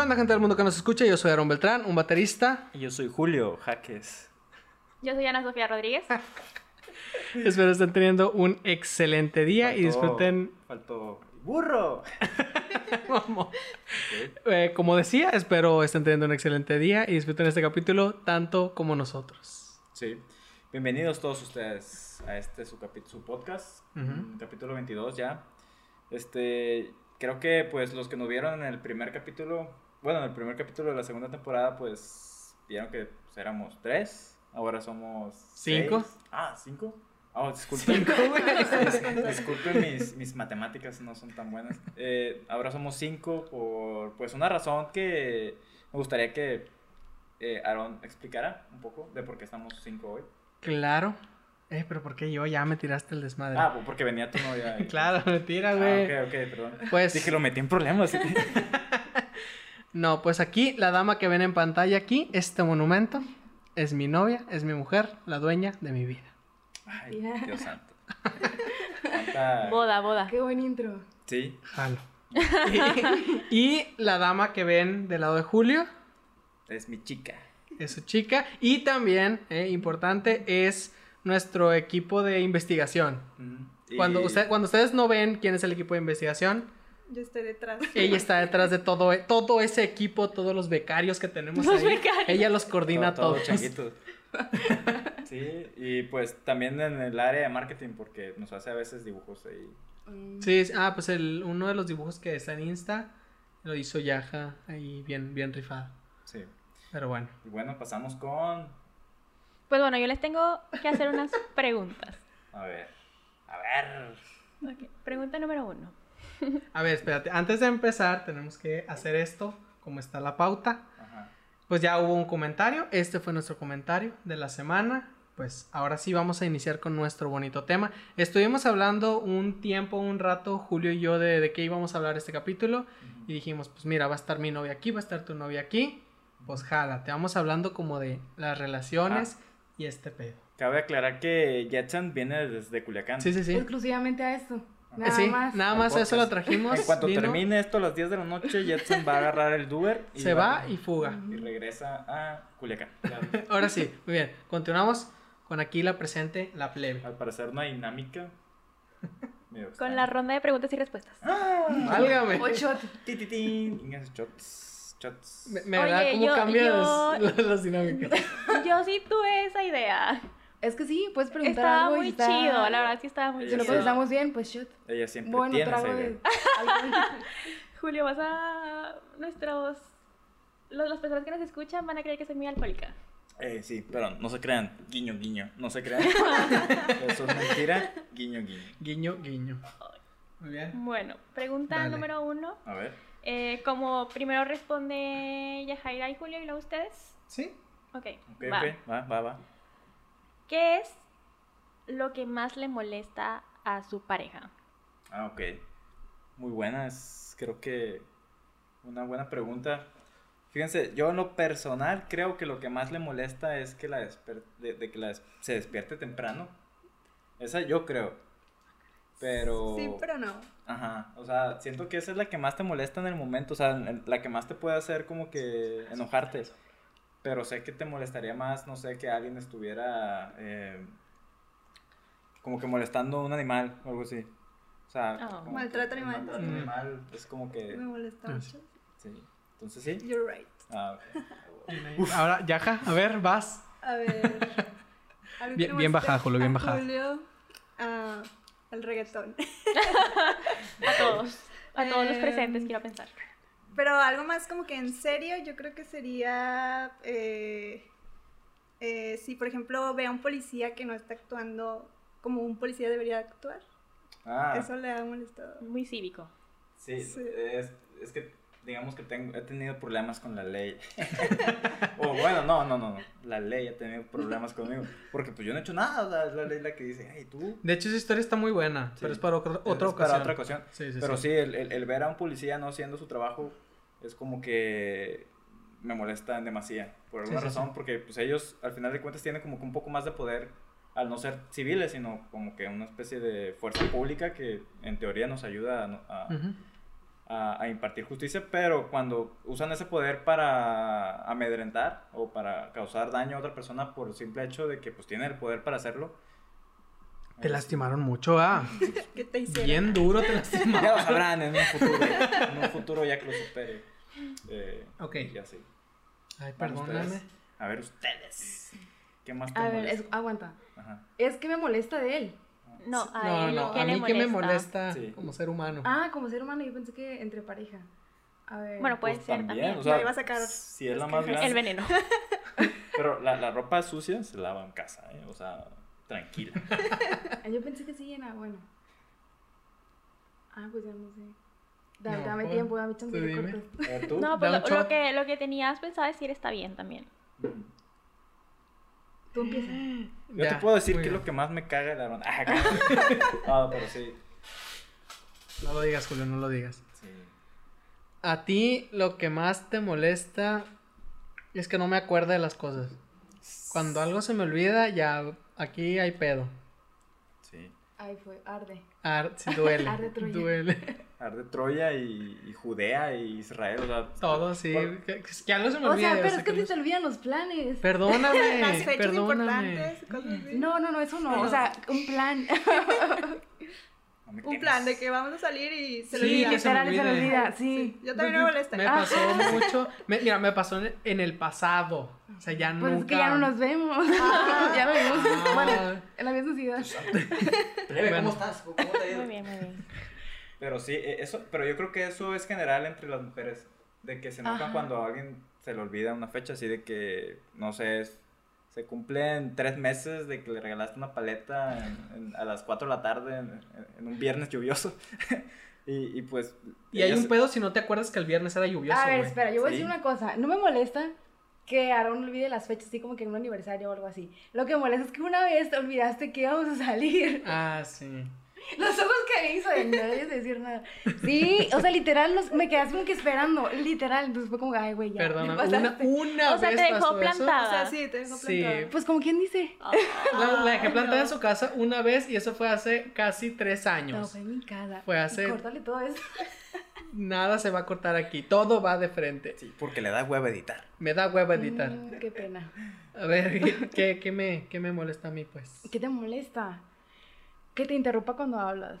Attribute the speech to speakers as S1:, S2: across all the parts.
S1: onda, gente del mundo que nos escucha? Yo soy Aaron Beltrán, un baterista.
S2: Y yo soy Julio Jaques.
S3: Yo soy Ana Sofía Rodríguez.
S1: Espero estén teniendo un excelente día y
S2: Faltó-
S1: disfruten.
S2: Faltó. ¡Burro!
S1: Vamos.
S2: Ok.
S1: Eh, como decía, espero estén teniendo un excelente día y disfruten este capítulo tanto como nosotros.
S2: Sí. Bienvenidos todos ustedes a este su, capi- su podcast,
S1: Ujú.
S2: mm, capítulo 22 ya. Este, creo que pues los que nos vieron en el primer capítulo, bueno, en el primer capítulo de la segunda temporada, pues vieron que pues, éramos tres, ahora somos
S1: Cinco.
S2: seis. Ah, cinco. Ah, disculpen.
S1: Cinco, güey.
S2: Disculpen mis, mis matemáticas, no son tan buenas. Eh, ahora somos cinco por pues una razón que me gustaría que eh, Aaron explicara un poco de por qué estamos cinco hoy.
S1: Claro. Eh, pero ¿por qué yo ya me tiraste el desmadre?
S2: Ah, pues porque venía tu novia. y-
S1: claro, me
S2: Ah,
S1: tira, güey.
S2: ok, ok, perdón.
S1: Pues
S2: Dije, lo metí en problemas.
S1: no, pues aquí la dama que ven en pantalla aquí, este monumento es mi novia, es mi mujer, la dueña de mi vida.
S2: Ay, Dios santo. Cuánta-
S3: Boda, boda.
S4: Qué buen intro.
S2: Sí,
S1: Jalo. y, y la dama que ven del lado de Julio
S2: es mi chica.
S1: es su chica y también eh, importante es nuestro equipo de investigación.
S2: Mm, y-
S1: Cuando, usted- cuando ustedes no ven quién es el equipo de investigación,
S4: Yo estoy detrás.
S1: ella está detrás de todo, e- todo ese equipo, todos los becarios que tenemos
S3: Los
S1: ahí.
S3: becarios.
S1: Ella los
S2: Todo-
S1: coordina a
S2: todo
S1: todos.
S2: changuito. Sí, y pues también en el área de marketing, porque nos hace a veces dibujos ahí.
S4: Mm.
S1: Sí, es- ah, pues el, uno de los dibujos que está en Insta lo hizo Yaja ahí bien, bien rifado.
S2: Sí.
S1: Pero bueno.
S2: Y bueno, pasamos con.
S3: Pues bueno, yo les tengo que hacer unas preguntas.
S2: A ver. A ver.
S3: Ok, Pregunta número uno.
S1: A ver, espérate, antes de empezar tenemos que hacer esto, como está la pauta.
S2: Ajá.
S1: Pues ya hubo un comentario, este fue nuestro comentario de la semana. Pues ahora sí vamos a iniciar con nuestro bonito tema. Estuvimos hablando un tiempo, un rato, Julio y yo, de, de qué íbamos a hablar este capítulo. Y dijimos, pues mira, va a estar mi novia aquí, va a estar tu novia aquí. Pues jala, te vamos hablando como de las relaciones y este pedo.
S2: Cabe aclarar que Yachan viene desde Culiacán.
S1: Sí, sí, sí. Eh,
S4: Exclusivamente a esto.
S2: Ah,
S4: Nada
S1: Sí,
S4: más.
S1: nada
S2: Al
S1: más eso
S2: podcast.
S1: lo trajimos.
S2: En cuanto
S1: vino,
S2: termine esto a las 10 de la noche, Jetson va a agarrar el Duber
S1: Se va y fuga.
S2: y regresa a Culiacán.
S1: Ahora sí, muy bien. Continuamos con aquí la presente, la plebe.
S2: Al parecer una dinámica. medio ¡Ah!
S3: Con
S2: extraña.
S3: la ronda de preguntas y respuestas.
S1: Válgame.
S4: O shot.
S2: Tititín. Ingas, Shots. Shots.
S1: Me, me
S3: Oye,
S1: agrada cómo
S3: yo-
S1: cambias
S3: yo-
S1: las, las dinámicas.
S3: Yo sí tuve esa idea.
S4: Es que sí, puedes preguntar
S3: Estaba
S4: algo y
S3: muy
S4: está-
S3: chido, la verdad sí estaba muy
S2: Sí,
S4: Si lo
S2: sí.
S3: chido.
S4: contestamos bien, pues shot.
S2: Ella siempre
S4: Bueno,
S2: tiene esa
S4: trago
S2: idea.
S4: de alcohol.
S3: Julio, vas a nuestros... Los, las personas que nos escuchan van a creer que soy muy alcohólica.
S2: Eh, sí, pero no se crean. Guiño, guiño. No se crean. Eso es mentira. Guiño, guiño.
S1: Guiño, guiño. Muy bien.
S3: Bueno, pregunta
S1: Dale.
S3: número uno.
S2: A ver.
S3: Eh, como primero responde Yajaira y Julio y luego ustedes.
S1: ¿Sí?
S3: Ok,
S2: Ok,
S3: va.
S2: ok. Va, va, va.
S3: ¿Qué es lo que más le molesta a su pareja?
S2: Ah, ok. Muy buenas. Creo que una buena pregunta. Fíjense, yo en lo personal creo que lo que más le molesta es que la desper- de, de que la des- se despierte temprano. Esa yo creo. Pero...
S4: Sí, pero no.
S2: Ajá. O sea, siento que esa es la que más te molesta en el momento. O sea, en- la que más te puede hacer como que enojarte. Pero sé que te molestaría más, no sé, que alguien estuviera eh, como que molestando a un animal o algo así. O sea,
S3: Oh.
S2: como
S4: Ah, Maltrato
S2: que el
S4: animal. Mm.
S2: maltrato
S1: Mm.
S2: animal es como
S1: Eh,
S4: Me
S2: que.
S1: ah,
S4: molesta mucho.
S2: Sí. Entonces sí.
S4: You're right.
S2: Ah, ok.
S1: Ahora, Yaja, a ver, vas.
S4: A ver. algo que le
S1: Bien- bien
S4: moleste
S1: bajada, Julio, bien
S4: a
S1: bajada.
S4: Julio, ah, el reggaetón.
S3: A todos. A todos los
S4: Em,
S3: presentes, quiero pensar.
S5: Pero algo más como que en serio, yo creo que sería eh, eh, si, por ejemplo, ve a un policía que no está actuando como un policía debería actuar.
S2: Ah,
S5: Eso le ha molestado.
S3: Muy cívico.
S2: sí.
S5: sí.
S2: Es, es que, digamos que tengo, he tenido problemas con la ley. o bueno, no, no, no, no. La ley ha tenido problemas conmigo. Porque pues yo no he hecho nada. O sea, es la ley la que dice, hey, tú.
S1: De hecho, esa historia está muy buena,
S2: Sí.
S1: pero es para otro-
S2: Es-
S1: otra
S2: es para
S1: ocasión.
S2: otra ocasión.
S1: Sí, sí,
S2: Pero
S1: sí.
S2: sí, el, el- el ver a un policía no haciendo su trabajo es como que me molesta en demasía, por alguna
S1: Sí, sí,
S2: razón, porque pues ellos al final de cuentas tienen como que un poco más de poder al no ser civiles, sino como que una especie de fuerza pública que en teoría nos ayuda a, no- a-
S1: Ujú.
S2: a, a impartir justicia, pero cuando usan ese poder para amedrentar o para causar daño a otra persona por el simple hecho de que pues tiene el poder para hacerlo.
S1: Te
S2: es-
S1: lastimaron mucho, ah.
S5: ¿Qué te hicieron?
S1: Bien duro te
S2: Ya lo
S1: lastimaron.
S2: sabrán en un futuro. En un futuro ya que lo supere. Eh,
S1: Ok.
S2: Y así.
S1: Ay,
S2: Van ustedes.
S1: perdóname.
S2: A ver ustedes. ¿Qué más te
S6: A ver,
S2: molesta?
S6: es- aguanta.
S2: Ajá.
S6: Es que me molesta de él.
S3: No, a
S1: No,
S3: él,
S1: no,
S3: ¿qué
S1: a
S3: le
S1: mí que me molesta
S2: Sí.
S1: como ser humano.
S6: Ah, como ser humano, yo pensé que entre pareja. A ver.
S3: Bueno, puede
S2: Pues
S3: ser
S2: también,
S3: también.
S2: o sea,
S5: Ahí va a sacar
S2: si es la más grande.
S3: El veneno.
S2: Pero la, la ropa sucia se lava en casa, ¿eh? O sea, tranquila.
S6: yo pensé que sí era bueno. Ah, pues ya no sé. Da-
S1: No,
S6: dame
S1: pues,
S6: tiempo, dame chance
S1: tú
S6: de
S1: dime.
S6: corto.
S2: A ver, tú.
S1: Da
S3: No, pues
S1: un
S3: lo,
S1: shot.
S3: lo que, lo que tenías pensado decir está bien también.
S2: Mm.
S6: Tú empieza.
S2: Yo te
S1: Ya,
S2: puedo decir
S1: muy
S2: que es lo
S1: bien.
S2: que más me caga de Aaron. Ah, cállate. no, pero sí.
S1: No lo digas, Julio, no lo digas.
S2: sí.
S1: A ti lo que más te molesta es que no me acuerdo de las cosas. Cuando algo se me olvida, ya aquí hay pedo.
S2: Sí.
S6: Ay, fue, arde.
S1: Ar- sí, duele.
S6: Arde Troya.
S1: duele.
S2: Arde Troya y, y Judea y Israel, o sea.
S1: Todo, sí.
S2: Bueno,
S1: Que, que- que algo se me
S6: O
S1: olvida.
S6: sea, pero es que
S1: que
S6: se te olvidan los planes.
S1: Perdóname,
S5: las fechas
S1: Eh, perdóname.
S5: importantes, cosas así.
S6: No, no, no, eso no. O sea, un plan.
S2: no me
S5: Un
S2: quemes.
S5: plan de que vamos a salir y se lo
S1: Sí,
S5: olvida.
S1: que se me
S6: Literal, se lo
S1: olvide.
S6: olvida, sí.
S5: Yo también me molesta.
S1: Me pasó
S6: Ah.
S1: mucho. me- mira, me pasó en, en el pasado. O sea, ya
S6: Pues
S1: nunca. Ah.
S6: es que ya no nos vemos. ya no vivimos. Bueno, en la misma ciudad.
S7: Plebe,
S1: Bueno.
S7: ¿cómo estás? ¿Cómo te ha ido?
S3: Muy bien, muy bien.
S2: Pero sí, e- eso, pero yo creo que eso es general entre las mujeres, de que se enojan
S6: Ajá.
S2: cuando a alguien se le olvida una fecha, así de que, no sé, es- se cumplen tres meses de que le regalaste una paleta en- en- a las 4 de la tarde en, en- en un viernes lluvioso. y, y pues...
S1: Y hay
S2: ellas-
S1: un pedo si no te acuerdas que el viernes era lluvioso.
S6: A ver,
S1: güey.
S6: espera, yo voy a
S2: Sí.
S6: decir una cosa. No me molesta que Aaron olvide las fechas, así como que en un aniversario o algo así. Lo que me molesta es que una vez te olvidaste que íbamos a salir.
S1: Ah, sí.
S6: Los ojos que hizo de no debes decir nada. Sí, o sea, literal, los- me quedaste como que esperando. Literal, entonces fue como, ay, güey, ya.
S1: Perdona,
S6: ya
S1: una,
S6: pasaste".
S1: una
S3: O sea,
S1: vez
S3: te dejó
S1: pasó eso.
S5: O sea,
S3: plantada.
S5: sí, te dejo
S1: Sí.
S5: plantada.
S6: Pues como quien dice.
S3: Ah,
S1: La, la dejé plantada en su casa una vez y eso fue hace casi tres
S6: No,
S1: años.
S6: fue en mi casa.
S1: Fue hace-
S6: Córtale todo eso.
S1: Nada se va a cortar aquí, todo va de frente.
S2: Sí, porque le da hueva editar.
S1: Me da hueva editar.
S6: Mm, qué pena.
S1: A ver, ¿qué, qué me, qué me molesta a mí, pues?
S6: ¿Qué te molesta? Que te interrumpa cuando hablas.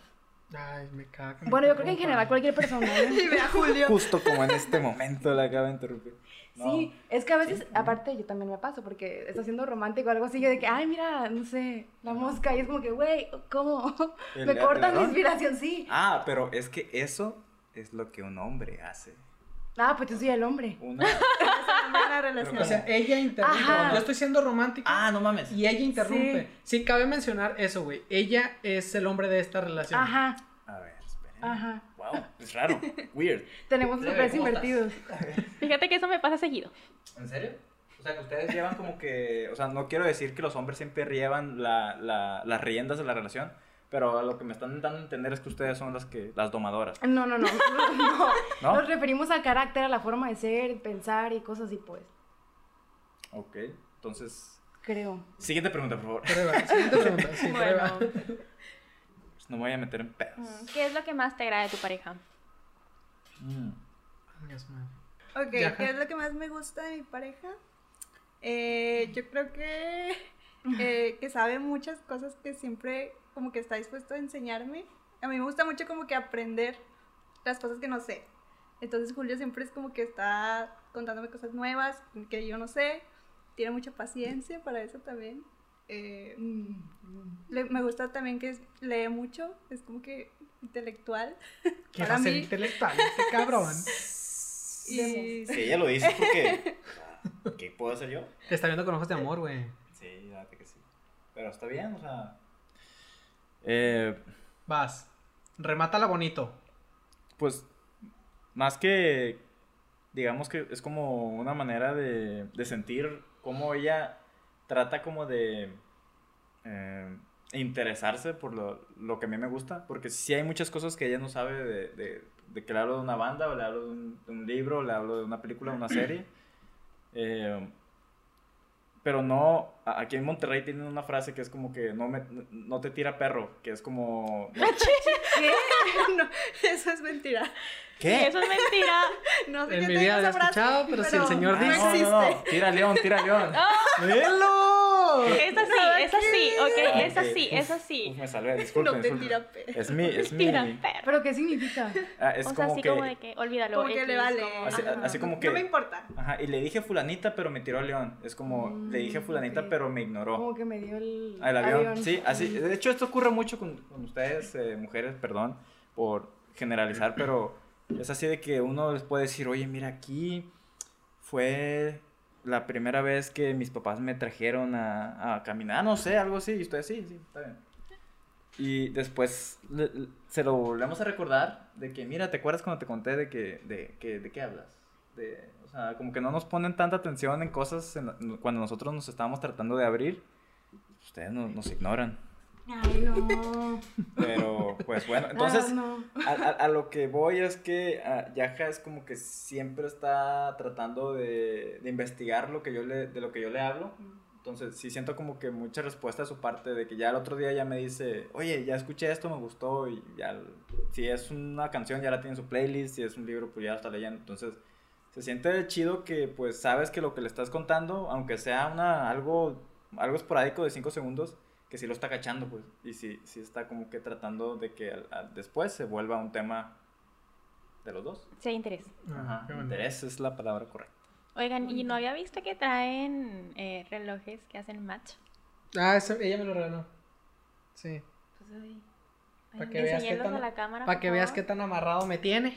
S1: Ay, me caga. que me
S6: Bueno, yo creo que en
S1: interrumpan.
S6: general cualquier persona. ¿eh? ¿no?
S5: Y ve a Julio.
S2: Justo como en este momento la acaba de interrumpir. No.
S6: Sí, es que a veces, aparte yo también me paso, porque está siendo romántico o algo así, yo de que, ay, mira, no sé, la mosca, y es como que, güey, ¿cómo?
S2: El-
S6: me
S2: el
S6: cortas mi
S2: ladrón.
S6: inspiración, sí.
S2: Ah, pero es que eso es lo que un hombre hace.
S6: Ah, pues yo soy el hombre.
S2: Una...
S5: Esa no es la
S1: O
S5: relación.
S1: sea, ella interrumpe.
S6: Ajá.
S1: Yo estoy siendo romántico.
S2: Ah, no mames.
S1: Y ella interrumpe. Sí. cabe mencionar eso, güey. Ella es el hombre de esta relación.
S6: Ajá,
S2: A ver, esperen.
S6: ajá.
S2: Wow, es raro. Weird.
S6: Tenemos los
S7: Plebe,
S6: precios
S7: ¿cómo estás?
S6: invertidos.
S3: Fíjate que eso me pasa seguido.
S7: ¿En serio?
S2: O sea, que ustedes llevan como que. O sea, no quiero decir que los hombres siempre llevan la, la- las riendas de la relación, pero lo que me están dando a entender es que ustedes son las que las domadoras,
S6: No, no, no, no, no.
S2: ¿no?
S6: Nos referimos al carácter, a la forma de ser, pensar y cosas así, pues,
S2: Ok, entonces.
S6: creo.
S2: Siguiente pregunta, por favor.
S1: Prueba. Siguiente pregunta. Sí,
S3: Bueno,
S1: prueba.
S2: No me voy a meter en pedos.
S3: mm, ¿qué es lo que más te agrada de tu pareja?
S2: Mm.
S1: Dios mío.
S5: Ok,
S1: Ya.
S5: ¿qué es lo que más me gusta de mi pareja? Eh, yo creo que, eh, que sabe muchas cosas que siempre como que está dispuesto a enseñarme. A mí me gusta mucho como que aprender las cosas que no sé. Entonces Julio siempre es como que está contándome cosas nuevas que yo no sé. Tiene mucha paciencia para eso también. Eh,
S2: Mm,
S5: le- me gusta también que es- lee mucho, es como que intelectual.
S1: ¿Qué va
S5: Para
S1: a ser
S5: mí-
S1: intelectual este cabrón?
S5: Y
S2: Si ella lo dice, porque. o sea, ¿Qué puedo hacer yo?
S1: Te está viendo con ojos de amor, güey.
S2: Sí, fíjate que sí. Pero está bien, o sea. Eh.
S1: Vas. Remátala bonito.
S2: pues más que digamos que es como una manera de, de sentir cómo ella trata como de eh, interesarse por lo, lo que a mí me gusta, porque sí hay muchas cosas que ella no sabe de, de, de que le hablo de una banda, o le hablo de un, de un libro, o le hablo de una película, de una serie, eh, pero no a- aquí en Monterrey tienen una frase que es como que no, me, no te tira perro, que es como...
S5: no, eso es mentira.
S3: Sí, Eso es mentira.
S5: No sé
S1: En
S5: qué
S1: mi
S5: tenga
S1: vida había
S5: esa frase,
S1: escuchado, pero si el señor
S2: Ah,
S1: dice-
S5: No
S2: no,
S5: existe.
S2: no, no, tira león, tira león.
S3: ¡Oh!
S1: ¡Velo!
S3: Es así, es así, ok,
S2: Ah,
S3: Eh, es
S2: ok.
S3: así, es
S2: Uf,
S3: así.
S2: uf, me salvé, disculpen.
S5: No te
S2: disculpen.
S5: tira pe-
S2: Es mi, es mi...
S3: Tira perro.
S6: ¿Pero qué significa?
S2: ah, es
S3: o sea,
S2: como
S3: así
S2: que...
S3: como de que, olvídalo.
S5: Como que
S3: X,
S5: le vale.
S3: como-
S2: Así,
S3: Ajá.
S2: así como que...
S5: No me importa.
S2: Ajá, y le dije fulanita, pero me tiró león. Es como, le dije
S6: Mm,
S2: fulanita,
S6: ok.
S2: pero me ignoró.
S6: Como que me dio el,
S2: Ah, el avión. Sí, así.
S6: Mm.
S2: De hecho, esto ocurre mucho con, con ustedes, eh, mujeres, perdón, por generalizar, pero es así de que uno les puede decir, oye, mira, aquí fue la primera vez que mis papás me trajeron a, a caminar, no sé, algo así. Y ustedes, sí, sí, está bien. Y después le- le- se lo volvemos a recordar de que, mira, ¿te acuerdas cuando te conté de que, de, que, de qué hablas? De, o sea, como que no nos ponen tanta atención en cosas en la- en- cuando nosotros nos estábamos tratando de abrir. Ustedes no- nos ignoran.
S6: Ay, no.
S2: Pero, pues bueno, entonces
S6: Ah, no.
S2: a, a- a lo que voy es que ah, Yaja es como que siempre está tratando de, de investigar lo que yo le, de lo que yo le hablo. Entonces, sí siento como que mucha respuesta de su parte, de que ya el otro día ya me dice, oye, ya escuché esto, me gustó, y ya, l- si es una canción ya la tiene en su playlist, si es un libro, pues ya lo está leyendo. Entonces, se siente chido que pues sabes que lo que le estás contando, aunque sea una, algo, algo esporádico de 5 segundos, que sí lo está cachando, pues, y sí, sí está como que tratando de que al- al- después se vuelva un tema de los dos.
S3: Sí, hay interés.
S1: Ah, qué bonito.
S2: Interés es la palabra correcta.
S3: Oigan, ¿y no había visto que traen eh, relojes que hacen match?
S1: Ah, ese- ella me lo regaló. Sí. Pa' que veas qué
S3: Enseñenlos
S1: tan-
S3: a la
S6: Ah,
S3: cámara.
S1: Para
S3: por
S1: que veas qué
S3: favor.
S1: tan amarrado me tiene.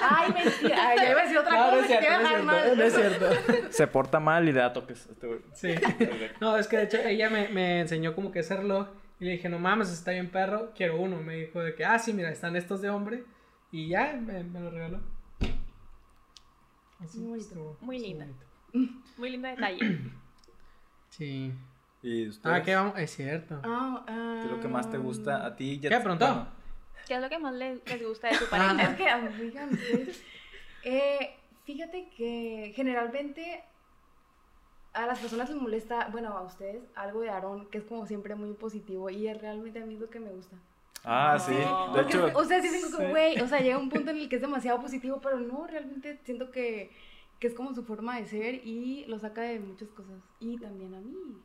S6: Ay, mentira. Ay, ya iba a decir otra cosa que te iba a dejar mal.
S2: Se porta mal y le da toques. Este güey.
S1: Sí. No, es que de hecho ella me, me enseñó como que ese reloj y le dije, no mames, está bien perro, quiero uno. Me dijo de que, ah, sí, mira, están estos de hombre. Y ya me, me lo regaló. Así,
S6: Muy bonito.
S1: estuvo-
S3: Muy
S1: estuvo
S3: linda.
S1: bonito.
S3: Muy lindo detalle.
S1: Sí.
S2: ¿Y ustedes?
S1: Ah, que vamos, es cierto.
S6: Ah, ah.
S2: ¿Qué es lo que más te gusta a ti?
S1: ¿Qué preguntó?
S2: Bueno,
S3: ¿Qué es lo que más les, les gusta de su
S1: Ah,
S3: pareja?
S6: Ah, Es que, oigan, pues, eh, fíjate que generalmente a las personas les molesta, bueno, a ustedes, algo de Aarón, que es como siempre muy positivo y es realmente a mí lo que me gusta.
S2: Ah, sí.
S3: No.
S2: De
S6: Porque,
S2: hecho,
S6: o sea, sí siento que,
S2: sí.
S6: güey, o sea, llega un punto en el que es demasiado positivo, pero no, realmente siento que, que es como su forma de ser y lo saca de muchas cosas. Y también a mí,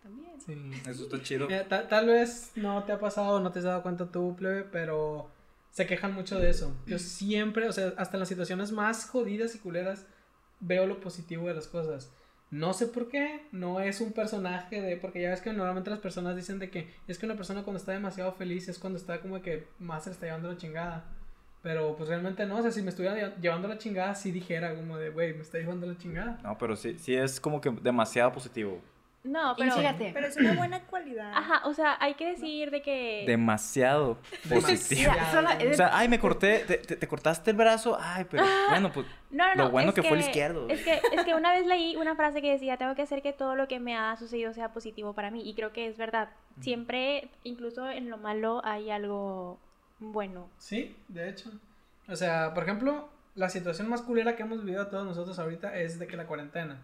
S6: también.
S1: Sí.
S2: eso está chido.
S1: Mira, Eh, ta- tal vez no te ha pasado, no te has dado cuenta tú, plebe, pero se quejan mucho de eso. Yo siempre, o sea, hasta en las situaciones más jodidas y culeras, veo lo positivo de las cosas. No sé por qué, no es un personaje de. Porque ya ves que normalmente las personas dicen de que es que una persona cuando está demasiado feliz es cuando está como que más se le está llevando la chingada. Pero pues realmente no, o sea, si me estuviera lle- llevando la chingada, sí dijera como de, güey, me está llevando la chingada.
S2: No, pero sí, sí es como que demasiado positivo.
S3: No,
S6: y
S3: pero.
S6: fíjate,
S5: Pero es una buena cualidad.
S3: Ajá, o sea, hay que decir de que.
S2: Demasiado positivo.
S6: ya, sola-
S2: O sea, ay, me corté, te, te- te cortaste el brazo, ay, pero bueno, pues
S3: No, no,
S2: Lo
S3: no,
S2: bueno
S3: es
S2: que fue el izquierdo.
S3: Es que, es que una vez leí una frase que decía, tengo que hacer que todo lo que me ha sucedido sea positivo para mí. Y creo que es verdad.
S1: Mm.
S3: Siempre, incluso en lo malo, hay algo bueno.
S1: Sí, de hecho. O sea, por ejemplo, la situación más culera que hemos vivido todos nosotros ahorita es de que la cuarentena.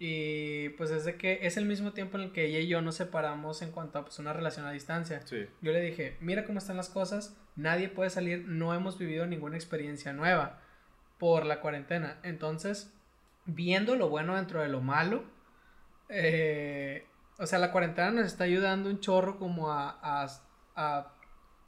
S1: Y pues es de que es el mismo tiempo en el que ella y yo nos separamos en cuanto a pues, una relación a distancia.
S2: sí.
S1: Yo le dije, mira cómo están las cosas, nadie puede salir, no hemos vivido ninguna experiencia nueva por la cuarentena. Entonces, viendo lo bueno dentro de lo malo, eh, o sea, la cuarentena nos está ayudando un chorro como a, a- a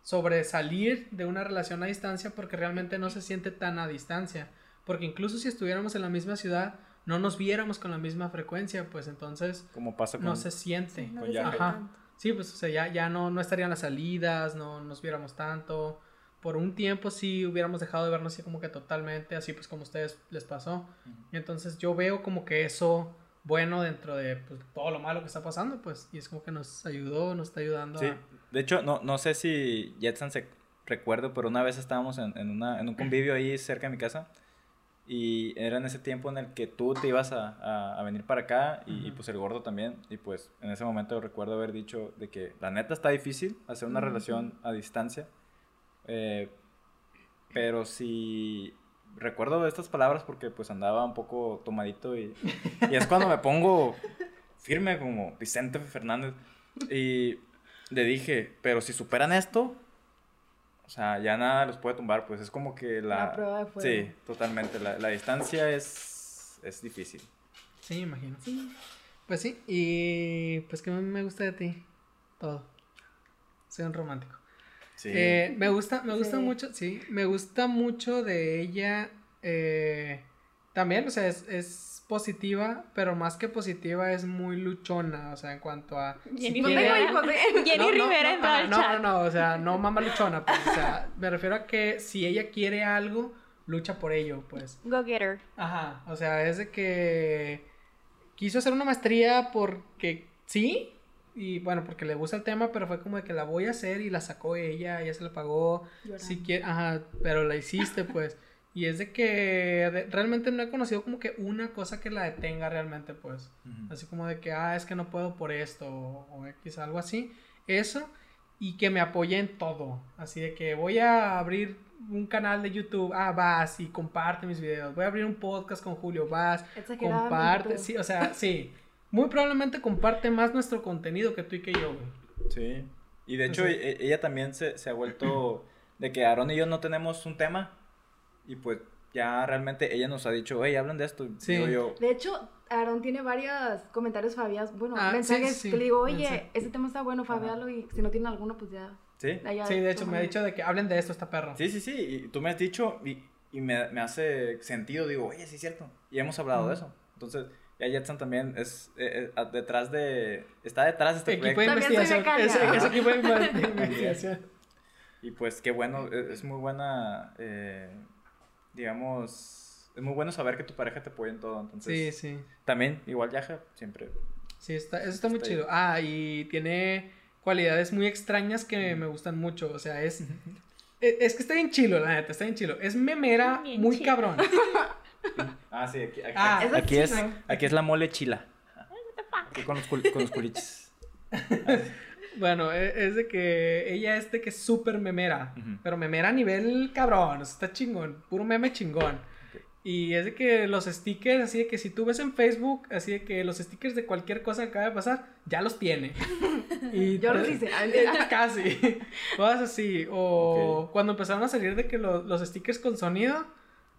S1: sobresalir de una relación a distancia porque realmente no se siente tan a distancia. Porque incluso si estuviéramos en la misma ciudad, no nos viéramos con la misma frecuencia, pues entonces
S2: Como pasa con
S1: no se siente.
S5: No
S2: Con
S5: les
S2: ya.
S5: sirve
S1: Ajá.
S5: tanto.
S1: Sí, pues, o sea, ya, ya no, no estarían las salidas, no nos viéramos tanto. Por un tiempo sí hubiéramos dejado de vernos así como que totalmente, así pues como a ustedes les pasó.
S2: Ujú.
S1: Y entonces yo veo como que eso bueno dentro de pues, todo lo malo que está pasando, pues. Y es como que nos ayudó, nos está ayudando
S2: Sí,
S1: a...
S2: de hecho, no, no sé si Jetson se recuerda, pero una vez estábamos en, en una- en un convivio ahí cerca de mi casa y era en ese tiempo en el que tú te ibas a, a- a venir para acá y, y,
S1: Ujú.
S2: pues el gordo también y pues en ese momento recuerdo haber dicho de que la neta está difícil hacer una relación a distancia, eh, pero si... Recuerdo estas palabras porque pues andaba un poco tomadito y, y es cuando me pongo firme como Vicente Fernández. Y le dije, pero si superan esto, o sea, ya nada los puede tumbar, pues es como que la...
S6: La prueba de fuego.
S2: Sí, totalmente. La, la distancia es, es difícil.
S1: Sí, me imagino. Pues sí, y pues que me gusta de ti. Todo. Soy un romántico.
S2: Sí.
S1: Eh, me gusta, me gusta
S6: Sí.
S1: mucho, sí, me gusta mucho de ella eh, también, o sea, es, es positiva, pero más que positiva es muy luchona, o sea, en cuanto a...
S3: Jenny
S1: si quiere-
S3: Rivera.
S1: No,
S6: ¿eh?
S3: Jenny
S1: no,
S3: Rivera
S1: no,
S3: en todo
S1: ah,
S3: el
S1: no,
S3: chat.
S1: no, no, o sea, no mamá luchona, pues, o sea, me refiero a que si ella quiere algo, lucha por ello, pues.
S3: Go getter.
S1: Ajá, o sea, es de que quiso hacer una maestría porque sí, y bueno, porque le gusta el tema, pero fue como de que la voy a hacer y la sacó ella, ella se la pagó,
S6: Llorando.
S1: si quiere, ajá, pero la hiciste pues. Y es de que de- realmente no he conocido como que una cosa que la detenga realmente pues.
S2: Ujú.
S1: Así como de que, ah, es que no puedo por esto, o, o X, algo así. Eso, y que me apoye en todo. Así de que voy a abrir un canal de YouTube, ah, vas y comparte mis videos. Voy a abrir un podcast con Julio, vas,
S6: Exageradamente
S1: comparte.
S6: todo.
S1: Sí, o sea, sí. Muy probablemente comparte más nuestro contenido que tú y que yo, güey.
S2: Sí. Y de hecho,
S1: Entonces-
S2: e- ella también se, se ha vuelto de que Aaron y yo no tenemos un tema. Y pues ya realmente ella nos ha dicho, hey, hablan de esto. Y
S1: Sí.
S2: digo yo,
S6: De hecho, Aaron tiene varios comentarios Fabiás, bueno,
S1: Ah, sí,
S6: mensajes
S1: sí,
S6: que le digo,
S1: sí,
S6: oye,
S1: mensaje.
S6: ese tema está bueno, Fabialo, y si no tiene alguno, pues ya.
S2: ¿sí?
S6: ya-
S1: Sí, de hecho, me ha
S6: tómalo".
S1: dicho de que hablen de esto, está perro.
S2: Sí, sí, sí. Y tú me has dicho y, y me, me hace sentido. Digo, oye, sí es cierto. Y hemos hablado de
S1: Ujú.
S2: eso. Entonces, ya Jetson también es eh, eh, a- detrás de... Está detrás de este
S1: Equipo de
S2: proyecto.
S6: También soy
S1: investigación.
S6: becaria.
S1: Ese, ese equipo de de investigación.
S2: Y pues qué bueno, e- es muy buena, eh, digamos, es muy bueno saber que tu pareja te apoya en todo. Entonces,
S1: Sí, sí.
S2: También, igual Yaja, siempre.
S1: Sí, está, eso está muy
S2: Está
S1: chido. Ah, y tiene cualidades muy extrañas que me gustan mucho. O sea, es. e- Es que está bien chilo, la neta, está bien chilo. Es memera
S3: Bien
S1: muy
S3: chilo.
S1: cabrón.
S2: Ah, sí, aquí, aquí,
S1: Ah,
S6: eso
S2: aquí
S6: sí,
S2: es,
S6: ¿no?
S2: aquí es la mole chila. Aquí con los, cul- con los culiches.
S1: Bueno, e- es de que ella es de que es súper memera.
S2: Ujú.
S1: Pero memera a nivel cabrón. O sea, está chingón. Puro meme chingón.
S2: Ok.
S1: Y es de que los stickers, así de que si tú ves en Facebook, así de que los stickers de cualquier cosa que acaba de pasar, ya los tiene. Y
S6: Yo los
S1: te-
S6: hice.
S1: Eh, Casi. Cosas así. O cuando empezaron a salir de que lo- los stickers con sonido,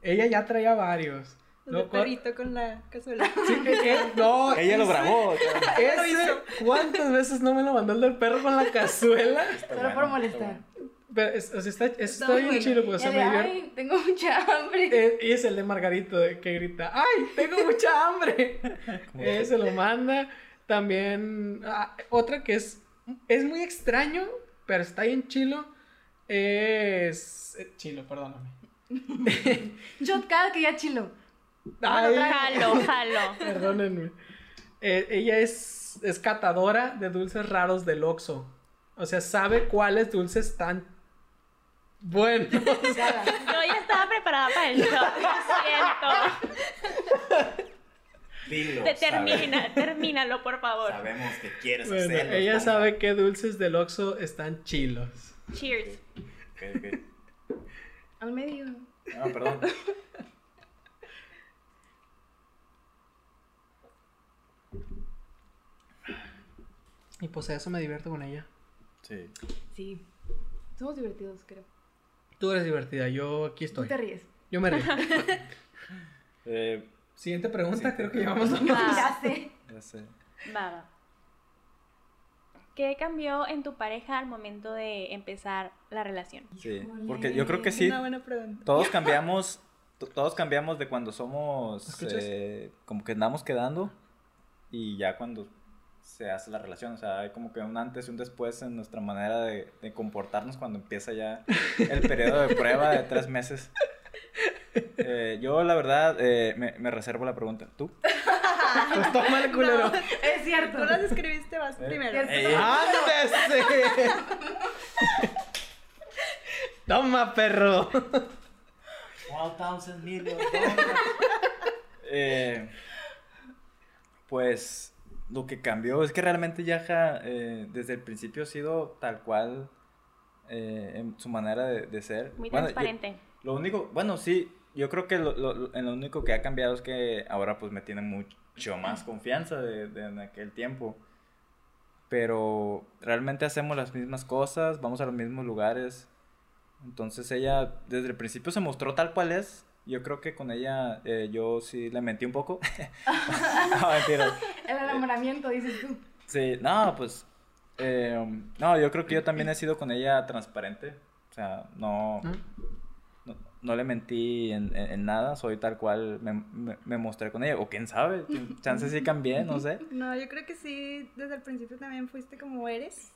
S1: ella ya traía varios.
S5: El
S1: Luego, cua-
S5: perrito con la cazuela.
S1: Sí, eh, eh, no,
S2: Ella lo
S1: ese-
S2: grabó.
S1: ese, ¿Cuántas veces no me lo mandó el del perro con la cazuela?
S6: Solo por molestar.
S1: Pero es- o sea, está, es- está
S6: Todo
S1: bien
S6: bueno.
S1: chido, pues, o sea,
S6: Ya
S1: me
S6: de,
S1: divierte.
S6: Ay, tengo mucha hambre.
S1: Eh, y es el de Margarito de que grita, ¡ay, tengo mucha hambre! Eh, se lo manda. También ah, otra que es, es muy extraño, pero está bien chilo. Es... eh, chilo, perdóname.
S6: Yo cada que ya chilo.
S1: Ay,
S3: Jalo, jalo.
S1: Perdónenme. Eh, ella es, es catadora de dulces raros del Oxxo. O sea, sabe cuáles dulces están buenos.
S6: Cada.
S3: Yo ya estaba preparada para el show. Lo
S7: Dilo.
S3: siento. Termina, termínalo, por favor.
S7: Sabemos que quieres
S1: Bueno,
S7: hacerlo.
S1: ella
S7: Juanma.
S1: sabe qué dulces del Oxxo están chilos.
S3: Cheers.
S2: Ok, ok.
S6: Al medio.
S2: No, perdón.
S1: Y pues a eso me divierto con ella.
S2: Sí.
S6: Sí. Somos divertidos, creo.
S1: Tú eres divertida, yo aquí estoy.
S6: Tú te ríes.
S1: Yo me río.
S2: Eh,
S1: Siguiente pregunta,
S2: Sí.
S1: creo que llevamos dos.
S3: Va,
S6: Ya sé.
S2: ya sé.
S3: va, va. ¿Qué cambió en tu pareja al momento de empezar la relación?
S2: Sí.
S6: Híjole.
S2: Porque yo creo que sí,
S5: Una buena pregunta.
S2: todos cambiamos, to- todos cambiamos de cuando somos,
S1: ¿Escuchas?
S2: eh, como que andamos quedando y ya cuando se hace la relación, o sea, hay como que un antes y un después en nuestra manera de, de comportarnos cuando empieza ya el periodo de prueba de tres meses. Eh, yo la verdad eh, me, me reservo la pregunta. ¿Tú?
S1: Pues toma el culero.
S6: Es cierto.
S5: Tú las escribiste vas
S2: Eh,
S5: primero.
S6: eh.
S1: ¡Ándese! toma, perro.
S7: 1000 million
S2: Eh, pues lo que cambió es que realmente Yaja eh, desde el principio ha sido tal cual eh, en su manera de, de ser.
S3: Muy
S2: Bueno, yo-
S3: transparente.
S2: lo único, bueno, sí, yo creo que lo, lo- lo- en lo único que ha cambiado es que ahora pues me tiene mucho, mucho más confianza de, de en aquel tiempo. Pero realmente hacemos las mismas cosas, vamos a los mismos lugares. Entonces ella desde el principio se mostró tal cual es. Yo creo que con ella eh, yo sí le mentí un poco. no, mentira.
S6: El enamoramiento, dices tú.
S2: Sí, no, pues. eh, no, yo creo que yo también he sido con ella transparente. O sea, no.
S1: ¿Mm?
S2: No, no le mentí en, en- en nada, soy tal cual me, me- me mostré con ella. O quién sabe, chance sí cambié, no sé.
S5: No, yo creo que sí, desde el principio también fuiste como eres.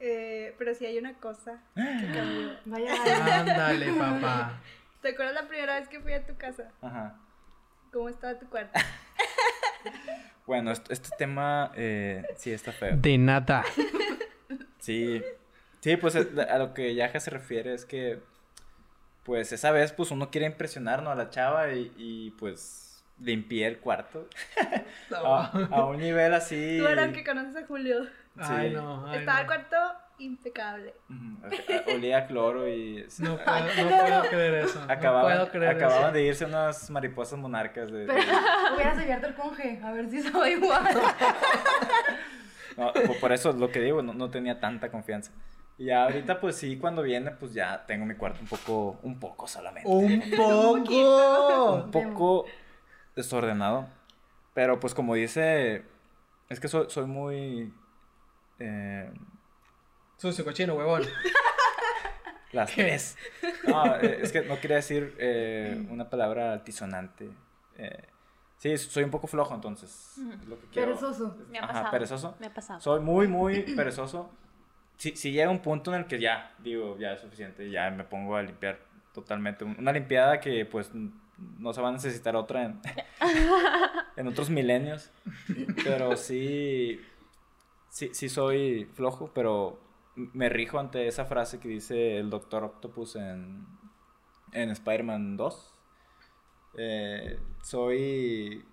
S5: eh, pero sí hay una cosa que cambió.
S6: Vaya,
S1: Ándale, papá.
S5: ¿Te acuerdas la primera vez que fui a tu casa?
S2: Ajá.
S5: ¿Cómo estaba tu cuarto?
S2: Bueno, est- este, tema eh, sí está feo.
S1: De nada.
S2: Sí. Sí, pues es- a lo que Yaja se refiere es que, pues esa vez, pues uno quiere impresionarnos a la chava y, y, pues limpié el cuarto
S1: Oh.
S2: a, a un nivel así.
S5: Tú eras que conoces a Julio.
S1: Ay,
S2: Sí.
S1: no. ay,
S5: estaba el
S1: no.
S5: cuarto impecable.
S2: Ujú, a- a- Olía a cloro y
S1: No puedo, no puedo creer eso. no
S2: acababan,
S1: puedo creer
S2: acababan
S1: eso.
S2: de irse unas mariposas monarcas de-
S6: pero
S2: de
S1: Ah.
S6: hubieras abierto el conge, a ver si estaba igual.
S2: No, po- por eso es lo que digo, no, no tenía tanta confianza. Y ya ahorita, pues sí, cuando viene, pues ya tengo mi cuarto un poco, un poco solamente.
S1: Un poco.
S2: Un poco desordenado. Pero pues como dice, es que soy, soy muy eh,
S1: Sucio, cochino, huevón.
S2: las
S1: ¿Qué?
S2: tres. No, eh, es que no quería decir eh, una palabra altisonante. Eh, sí, soy un poco flojo entonces. es lo que quiero-
S6: Perezoso.
S3: Me ha
S2: Ajá,
S3: pasado.
S2: perezoso.
S3: Me ha pasado.
S2: Soy muy, muy perezoso. Si, si llega un punto en el que ya, digo, ya es suficiente, ya me pongo a limpiar totalmente. Un- Una limpiada que pues n- no se va a necesitar otra en, en otros milenios. Pero sí, sí, sí soy flojo, pero m- me rijo ante esa frase que dice el Doctor Octopus en, en Spider-Man 2. Eh, soy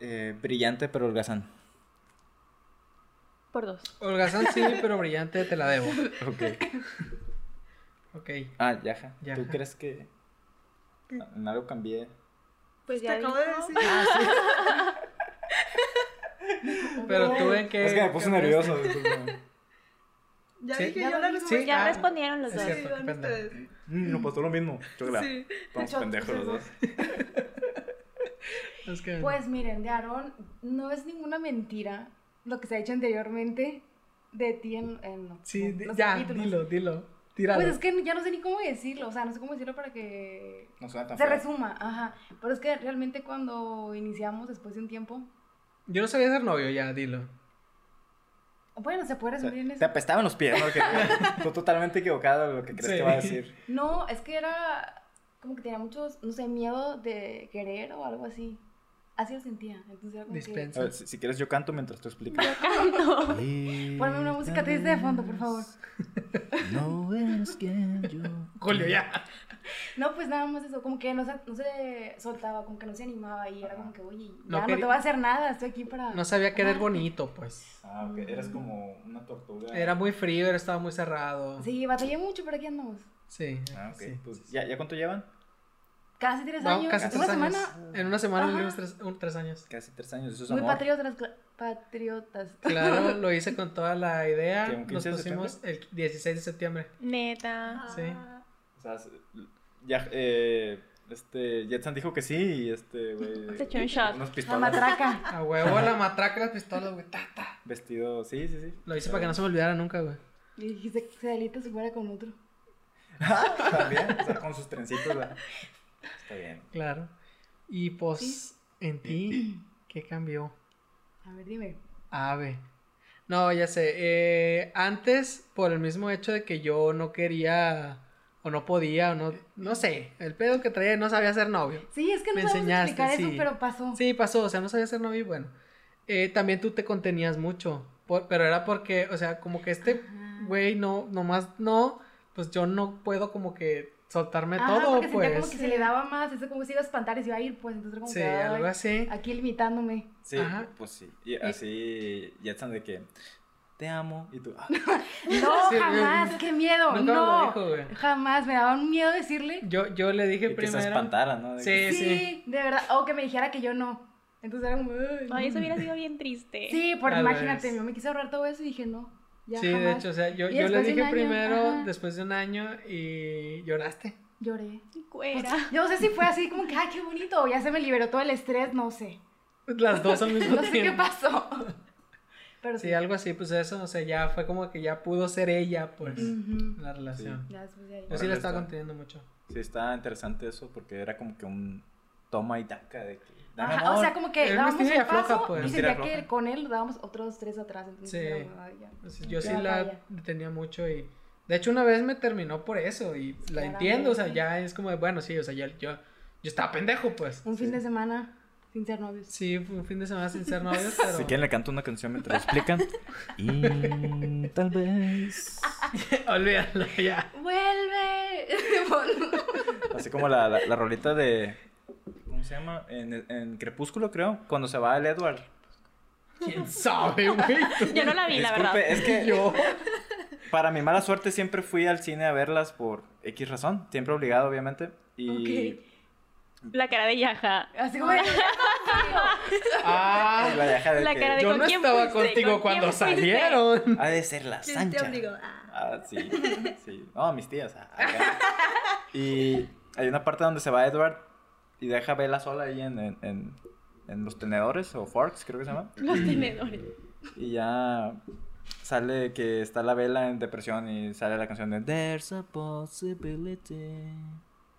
S2: eh, brillante pero holgazán.
S3: Por dos.
S1: Holgazán sí, pero brillante te la debo.
S2: Ok.
S1: Ok.
S2: Ah, Yaja.
S1: Yaja.
S2: ¿Tú crees que en algo cambié?
S3: Pues
S5: Te
S3: ya
S5: acabo de
S3: dijo.
S5: decir.
S1: Pero tú en qué.
S2: es que me puse
S1: qué-
S2: nervioso.
S1: este-
S2: discúlpame.
S5: Ya
S1: Sí.
S5: dije
S6: Ya
S5: yo
S6: lo
S5: la
S6: dijo.
S5: respuesta.
S3: Ya
S1: Ah,
S3: respondieron los
S1: es
S3: dos.
S1: cierto.
S5: Iban
S1: qué pendejo.
S5: ustedes.
S2: Mm, nos pasó lo mismo. Chocla.
S5: Sí.
S2: Estamos
S6: Yo-
S2: pendejos los dos.
S1: Es que-
S6: Pues miren, de Aarón, no es ninguna mentira lo que se ha dicho anteriormente de ti en, en los-
S1: Sí, di-
S6: los
S1: ya,
S6: capítulos.
S1: dilo, dilo. Tíralo.
S6: Pues es que ya no sé ni cómo decirlo, o sea, no sé cómo decirlo para que
S2: No suena tan
S6: se
S2: feo.
S6: resuma, ajá. Pero es que realmente cuando iniciamos después de un tiempo,
S1: Yo no sabía ser novio, ya, dilo.
S6: bueno, se puede
S2: O sea,
S6: resumir en
S2: Te
S6: eso.
S2: apestaban los pies, ¿no? Que, tú totalmente equivocado de lo que crees
S1: Sí.
S2: que va a decir.
S6: No, es que era como que tenía muchos, no sé, miedo de querer o algo así. Así lo sentía. Entonces era como
S1: Dispensa.
S2: A ver, si, si quieres yo canto mientras tú explicas.
S6: que. pues, Ponme una música triste de fondo, por favor.
S1: Julio, ya.
S6: No, pues nada más eso, como que no se, no se soltaba, como que no se animaba y era como que, oye, ya
S1: No
S6: no,
S1: quería-
S6: te voy a hacer nada, estoy aquí para.
S1: No sabía
S6: Ah.
S1: que eres bonito, pues.
S2: Ah, ok. Eres como una tortuga.
S1: Era muy frío, era- estaba muy cerrado.
S6: Sí, batallé mucho, pero aquí andamos.
S1: Sí.
S2: Ah, ok.
S1: sí.
S2: Pues, ¿ya, ¿Ya cuánto llevan?
S6: Casi tres
S1: Vamos,
S6: años,
S1: casi
S6: una
S1: tres años.
S6: semana.
S1: En una semana
S6: Ajá.
S1: vivimos tres, un- tres años.
S2: Casi tres años. Eso es
S6: Muy
S2: amor.
S6: patriotas, cla- patriotas.
S1: Claro, lo hice con toda la idea.
S2: ¿Qué, un
S1: Nos
S2: 15 de
S1: pusimos el 16 de septiembre.
S3: Neta.
S1: Sí.
S2: O sea, s- ya, eh, este, Jetson dijo que sí y este, güey.
S3: Se echó un shot.
S2: Unos
S6: La
S2: pistolas.
S6: matraca.
S1: A huevo, la matraca, las pistolas, güey. ta, ta.
S2: Vestido, sí, sí, sí.
S1: Lo hice para que no se me olvidara nunca, güey.
S6: Y dijiste que Celita se fuera con otro.
S2: También, o sea, con sus trencitos. ¿verdad? Está bien.
S1: Claro. Y pues, en ti, ¿qué cambió?
S6: A ver, dime.
S1: Ave. No, ya sé. eh, antes, por el mismo hecho de que yo no quería o no podía o no, no sé, el pedo que traía no sabía ser novio.
S6: Sí, es que no
S1: Me
S6: sabemos
S1: enseñaste,
S6: explicar eso,
S1: sí.
S6: pero pasó.
S1: Sí, pasó, o sea, no sabía ser novio y bueno. Eh, también tú te contenías mucho, por- pero era porque, o sea, como que este
S6: Ajá.
S1: güey no, nomás no, pues yo no puedo como que soltarme
S6: Ajá,
S1: todo,
S6: porque sentía como que
S1: pues.
S6: se le daba más, eso como si iba a espantar y se iba a ir, pues entonces era como
S1: Sí,
S6: que, ay,
S1: algo así.
S6: aquí limitándome.
S2: Sí,
S1: Ajá.
S2: pues sí. Y así, Jetson de que te amo y tú. ah,
S6: No,
S1: Sí,
S6: jamás, qué miedo,
S1: Nunca me lo
S6: no.
S1: dijo, güey.
S6: Jamás, me daba un miedo decirle.
S1: Yo, yo le dije
S2: y que se
S1: primero.
S2: espantara, ¿no? De
S1: Sí,
S6: Sí,
S1: sí.
S6: de verdad, o que me dijera que yo no. Entonces era como... "Ay, no".
S3: Ay, eso hubiera sido bien triste.
S6: Sí, pero
S1: Tal
S6: imagínate,
S1: vez.
S6: yo me quise ahorrar todo eso y dije, no, ya
S1: sí,
S6: jamás.
S1: de hecho, o sea, yo,
S6: Y
S1: yo le
S6: después de un
S1: dije
S6: año,
S1: primero,
S6: ajá.
S1: después de un año, y lloraste.
S6: Lloré. Pues,
S3: Cuera.
S6: yo no sé si fue así como que, ay, qué bonito, ya se me liberó todo el estrés, no sé.
S1: Las dos al mismo
S6: No sé qué
S1: tiempo.
S6: pasó. Pero sí.
S1: Sí, algo así, pues eso, o sea, ya fue como que ya pudo ser ella, pues,
S6: Ujú.
S1: la relación.
S6: Ya después de ahí.
S1: Yo sí la
S2: Órale,
S1: estaba
S2: está.
S1: conteniendo mucho.
S2: Sí, estaba interesante eso porque era como que un toma y daca de que. Dame
S6: Ajá,
S2: amor.
S6: o sea, como que
S1: Él
S6: dábamos
S1: vestía y
S6: un
S1: afloja,
S6: paso
S1: pues.
S6: y
S2: Vestía y
S6: sentía que
S2: afloja.
S6: con él dábamos otros tres atrás, entonces
S1: Sí.
S6: era como, "Ay, ya".
S1: Entonces, yo
S6: Ya
S1: sí la
S6: sabía.
S1: detenía mucho y... De hecho, una vez me terminó por eso y la entiendo, o sea, ya es como de, bueno, sí, o sea, ya, yo, yo estaba pendejo, pues.
S6: Un fin de semana sin ser novios.
S1: Sí, fue un fin de semana sin ser novios, pero...
S2: Si quieren, le canto una canción mientras explican. y tal vez.
S1: Olvídalo, ya.
S6: ¡Vuelve!
S2: Así como la, la, la rolita de. ¿Cómo se llama? En, en Crepúsculo, creo. Cuando se va el Edward.
S1: ¿Quién sabe, güey?
S3: Yo no la vi, la verdad.
S2: Disculpe, es que
S1: Yo.
S2: Para mi mala suerte siempre fui al cine a verlas por X razón, siempre obligado obviamente. Y
S3: La cara de Yaja.
S6: Así como, "Ya contigo".
S1: Ah,
S2: la deja de
S3: La
S2: que,
S3: cara de-
S1: yo
S3: ¿con
S1: no
S3: quién
S1: estaba
S3: fuiste?
S1: contigo
S3: ¿Con
S1: cuando
S3: quién fuiste?
S1: salieron.
S2: Ha de ser la
S4: ¿Quién te
S2: Sancha.
S4: obligó? Ah,
S2: Ah, sí, sí. No, mis tías. ah, acá. Y hay una parte donde se va Edward y deja a Bella sola ahí en, en, en- en los tenedores o forks, creo que se llama.
S3: Los tenedores.
S2: Y ya sale que está la Bella en depresión y sale la canción de There's a possibility.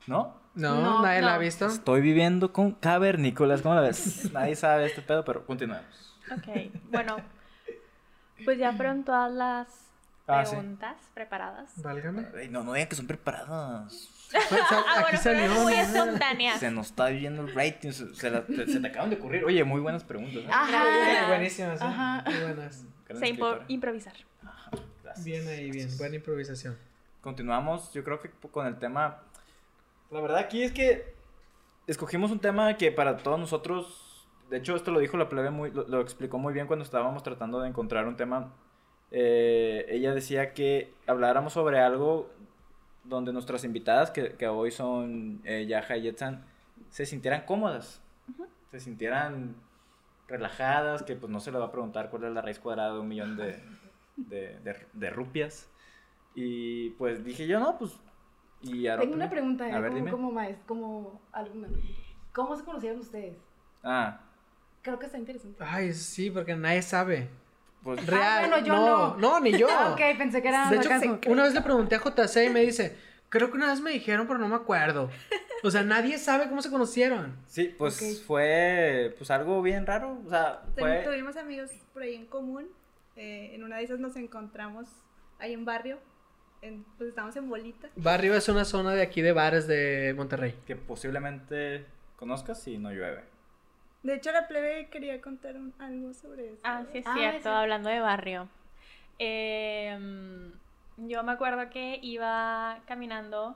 S2: ¿No?
S1: No,
S3: No,
S1: nadie la ha
S3: no.
S1: visto.
S2: Estoy viviendo con cavernícolas, ¿cómo la ves? Nadie sabe este pedo, pero continuemos.
S3: Ok, bueno. Pues ya fueron todas las
S2: Ah, sí.
S3: preguntas preparadas.
S1: Válgame.
S2: Ay, no, no digan que son preparadas.
S3: Ah,
S1: Aquí
S3: bueno, fueron
S1: salió.
S3: muy
S1: ¿no?
S3: espontáneas.
S2: Se nos está viendo el rating, se, se la- se te acaban de ocurrir. Oye, muy buenas preguntas. ¿eh?
S1: Sí,
S6: Ajá.
S1: Buenísimas, ¿eh?
S6: Ajá.
S1: Muy buenas.
S2: Gran
S3: Ah, Se impo-
S2: escritora.
S3: improvisar.
S2: Gracias.
S1: Bien ahí, bien.
S2: Gracias.
S1: Buena improvisación.
S2: Continuamos, yo creo que con el tema. La verdad aquí es que escogimos un tema que para todos nosotros, de hecho esto lo dijo la plebe, muy, lo, lo explicó muy bien cuando estábamos tratando de encontrar un tema. Eh, ella decía que habláramos sobre algo donde nuestras invitadas, que, que hoy son eh, Yaja y Etsan, se sintieran cómodas, se sintieran relajadas, que pues no se le va a preguntar cuál es la raíz cuadrada de un millón de, de, de- de rupias. Y pues dije yo, no, pues... Y Aarón
S6: Tengo una
S2: también.
S6: pregunta, ¿eh?
S2: A ver,
S6: como,
S2: dime.
S6: como maest- como alumna. ¿Cómo se conocieron ustedes?
S2: Ah,
S6: Creo que está interesante.
S1: Ay, sí, porque nadie sabe.
S2: pues...
S1: Real.
S6: bueno, yo
S1: no, ni yo.
S6: Ah, ok, pensé que era
S1: De hecho,
S6: sarcasmo.
S1: una vez le pregunté a JC y me dice, creo que una vez me dijeron, pero no me acuerdo. O sea, nadie sabe cómo se conocieron.
S2: Sí, pues
S6: Ok.
S2: fue pues algo bien raro, o sea,
S5: Ten-
S2: fue
S5: Tuvimos amigos por ahí en común. eh, en una de esas nos encontramos ahí en barrio. en- pues estábamos en bolita.
S1: Barrio es una zona de aquí de bares de Monterrey.
S2: que posiblemente conozcas si no llueve.
S5: De hecho, la plebe quería contar un- algo sobre eso.
S3: Ah, sí, es
S6: Ah,
S3: cierto,
S6: sí.
S3: hablando de barrio. Eh, yo me acuerdo que iba caminando,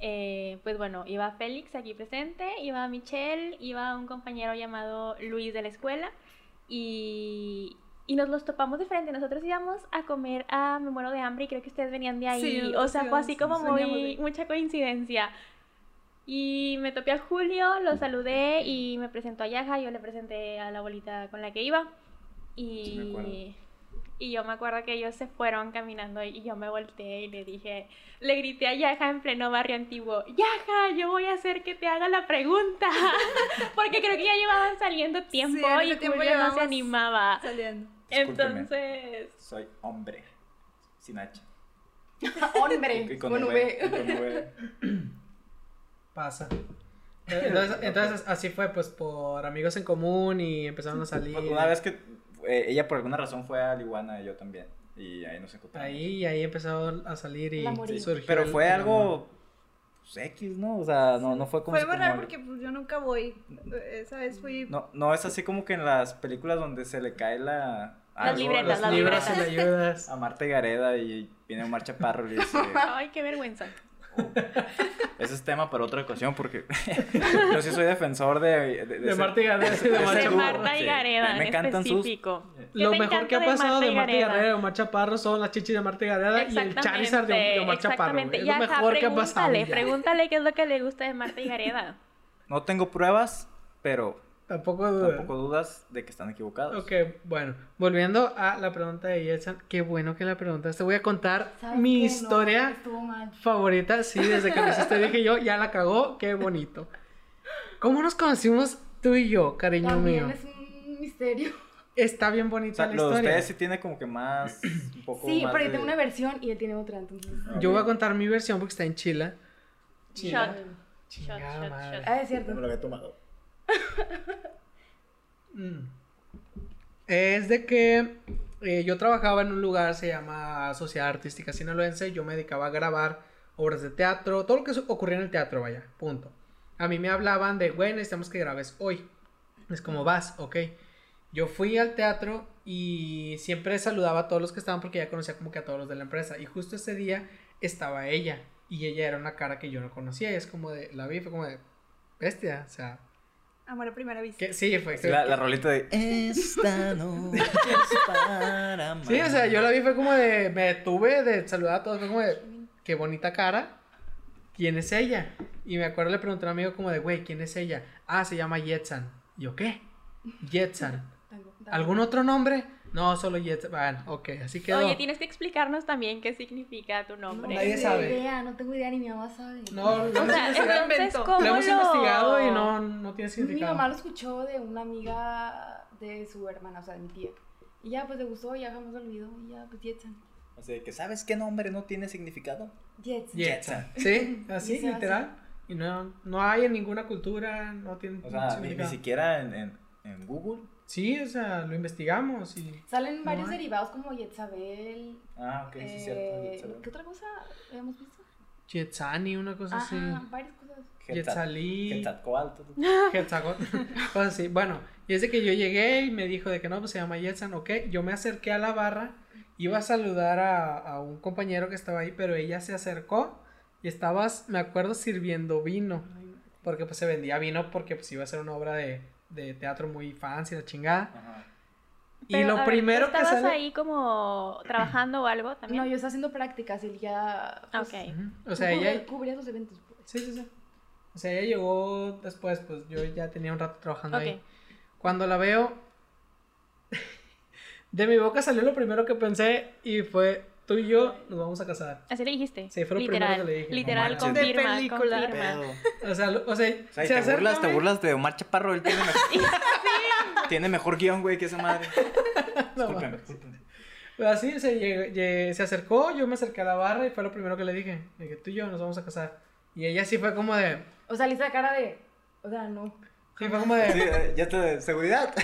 S3: eh, pues bueno, iba Félix aquí presente, iba Michelle, iba un compañero llamado Luis de la escuela y, y nos los topamos de frente. Nosotros íbamos a comer a Me Muero de Hambre y creo que ustedes venían de ahí.
S5: Sí,
S3: o sea, fue así como
S5: nosotros íbamos,
S3: muy,
S5: sí.
S3: mucha coincidencia. Y me topé a Julio, lo saludé y me presentó a Yaja, yo le presenté a la abuelita con la que iba.
S2: Sí, me acuerdo.
S3: Y, y yo me acuerdo que ellos se fueron caminando y yo me volteé y le dije, le grité a Yaja en pleno barrio antiguo, Yaja, yo voy a hacer que te haga la pregunta, porque creo que ya llevaban saliendo tiempo
S5: en
S3: y
S5: ese tiempo
S3: Julio no se
S5: llevábamos-
S3: animaba.
S5: Saliendo.
S2: Discúlpeme.
S3: Entonces,
S2: Soy hombre sin H.
S6: Hombre, con V.
S2: y con V.
S1: Pasa. Entonces, entonces, así fue, pues por amigos en común y empezaron a salir.
S2: Pues, Una vez que eh, ella por alguna razón fue a Liguana y yo también y ahí nos encontramos.
S1: Ahí y ahí empezó a salir y
S6: La morí.
S2: Sí,
S1: surgió.
S2: pero
S1: el-
S2: fue
S1: el amor.
S2: algo pues, X, ¿no? O sea, no, no fue como
S5: Fue
S2: si
S5: muy
S2: como-
S5: raro porque pues, yo nunca voy. Esa vez fui.
S2: no, no es así como que en las películas donde se le cae la algo a
S3: libretas,
S1: Los
S3: las
S1: libros y
S3: libretas.
S1: le ayudas.
S2: a Marta Gareda y viene Omar Chaparro y le dice
S3: ay, qué vergüenza.
S2: Ese es tema para otra ocasión porque yo sí soy defensor de... De,
S1: De Marta y Gareda, sí, de
S2: de
S1: Omar
S2: ese
S3: De
S2: dúo,
S1: Chaparro.
S3: Marta
S2: sí.
S3: y Gareda,
S2: Me
S3: en
S2: encantan sus...
S3: específico.
S1: Lo
S3: te
S1: mejor que ha
S3: encanta de
S1: pasado de Marta y
S3: Gareda?
S1: Gareda y Omar Chaparro son las chichis de Marta y Gareda y el Charizard de de Omar Chaparro. güey.
S3: exactamente.
S1: Es
S3: Y
S1: lo
S3: ajá,
S1: mejor que ha pasado.
S3: Pregúntale,
S1: ya.
S3: pregúntale qué es lo que le gusta de Marta y Gareda.
S2: No tengo pruebas, pero
S1: Tampoco duda.
S2: Tampoco dudas de que están equivocados.
S1: Ok, bueno, volviendo a la pregunta de Yeltsin, qué bueno que la preguntaste. Voy a contar
S6: ¿Sabes
S1: mi
S6: qué? No, pues,
S1: historia
S6: estuvo mal.
S1: favorita, sí, desde que me hiciste dije yo, ya la cagó, qué bonito. ¿Cómo nos conocimos tú y yo, cariño
S6: También
S1: mío?
S6: es un misterio.
S1: Está bien
S2: O
S1: bonita
S2: sea,
S1: la
S2: lo de
S1: historia.
S2: ustedes sí tiene como que más. Un poco
S6: Sí,
S2: más
S6: pero yo
S2: de-
S6: tengo una versión y él tiene otra, entonces.
S2: Ah,
S1: Yo voy a
S2: ok.
S1: contar mi versión porque está en Chile.
S3: Shot. Shot,
S1: Chingada
S3: shot,
S1: madre.
S3: shot.
S6: Ah, es cierto.
S8: No me lo había tomado.
S1: Mm. Es de que eh, yo trabajaba en un lugar, se llama Sociedad Artística Sinaloense, yo me dedicaba a grabar obras de teatro, todo lo que su- ocurría en el teatro, vaya, punto. A mí me hablaban de, güey, necesitamos que grabes hoy. Es como vas, ok. Yo fui al teatro y siempre saludaba a todos los que estaban porque ya conocía como que a todos los de la empresa. Y justo ese día estaba ella y ella era una cara que yo no conocía y es como de, la vi, fue como de, bestia, o sea,
S5: Amor a primera vista.
S1: que sí, fue.
S2: Sí, La, la rolita de. eh,
S8: Esta noche es para
S1: Sí, o sea,
S8: amar.
S1: yo la vi, fue como de. Me detuve de saludar a todos, fue como de. Qué bonita cara. ¿Quién es ella? Y me acuerdo le pregunté a un amigo, como de, güey, ¿quién es ella? Ah, se llama Yetsan. ¿Y yo qué? Yetsan.
S6: Tango, tango.
S1: ¿Algún otro nombre? No, solo Yetsan. Bueno, ok, así quedó.
S3: Oye, tienes que explicarnos también qué significa tu nombre.
S1: nadie
S6: tengo
S1: sabe.
S6: idea, no tengo idea, ni mi mamá sabe.
S1: No, lo
S3: O
S1: hemos
S3: sea,
S1: investigado.
S3: entonces,
S5: inventó.
S3: ¿cómo
S1: Lo hemos
S3: lo-
S1: investigado y no, no tiene
S6: Mi
S1: significado.
S6: mamá lo escuchó de una amiga de su hermana, o sea, de mi tía. Y ya, pues le gustó, ya jamás lo olvidó. Y ya, pues Jetson.
S2: O sea, que ¿sabes qué nombre no tiene significado?
S6: Jetson.
S1: Yetsan. ¿Sí? Así,
S6: Y se hace.
S1: literal. Y no, no hay en ninguna cultura, no tiene
S2: O sea, ni, ni
S1: significado.
S2: siquiera en, en, en Google.
S1: Sí, o sea, lo investigamos y
S6: Salen varios
S1: No.
S6: derivados como Jetsabel.
S2: Ah, ok, sí,
S6: eh,
S2: es cierto.
S6: ¿Qué otra cosa hemos visto?
S1: Jetsani, una cosa así.
S6: Ajá, varias cosas.
S1: Yetsalí,
S2: Quetzalcoatl.
S1: Quetzalcóatl, cosas así. Ah. Pues Bueno, y es de que yo llegué y me dijo de que no, pues se llama Yetsan, ok. Yo me acerqué a la barra, iba a saludar a, a un compañero que estaba ahí, pero ella se acercó y estabas, me acuerdo, sirviendo vino. Porque pues se vendía vino porque pues iba a ser una obra de, de teatro muy fancy, la chingada.
S2: Ajá.
S1: y
S3: Pero, a
S1: lo
S3: ver, ¿tú
S1: primero que
S3: estabas
S1: sale...
S3: ahí como trabajando o algo
S6: No,
S3: también?
S6: yo estaba haciendo prácticas y él ya.
S3: Ah,
S6: pues,
S3: ok.
S1: Ujú, O sea,
S6: cubría-
S1: ella...
S6: Cubría esos eventos. pues.
S1: Sí, sí, sí. O sea, ella llegó después, pues yo ya tenía un rato trabajando
S3: Ok.
S1: ahí. Cuando la veo, de mi boca salió lo primero que pensé y fue, tú y yo nos vamos a casar.
S3: Así le dijiste.
S1: Sí, fue lo primero
S3: literal,
S1: que le dije, no
S3: Literal,
S2: manches.
S3: confirma,
S5: De película.
S3: confirma.
S1: O sea, lo- o sea,
S2: O sea, y
S1: se
S2: te
S1: acerca
S2: burlas,
S1: a
S2: te
S1: mí,
S2: burlas de Omar Chaparro. Él tiene mejor, tiene mejor guión, güey, que esa madre.
S1: no,
S2: Discúlpeme, discúlpeme.
S1: pues, así se, llegó- lle- se acercó, yo me acerqué a la barra y fue lo primero que le dije. Le dije, tú y yo nos vamos a casar. Y ella sí fue como de...
S6: O sea, le hice la cara de. O sea, no.
S1: Sí, fue como
S2: Sí,
S1: de...
S2: eh, ya está, seguridad.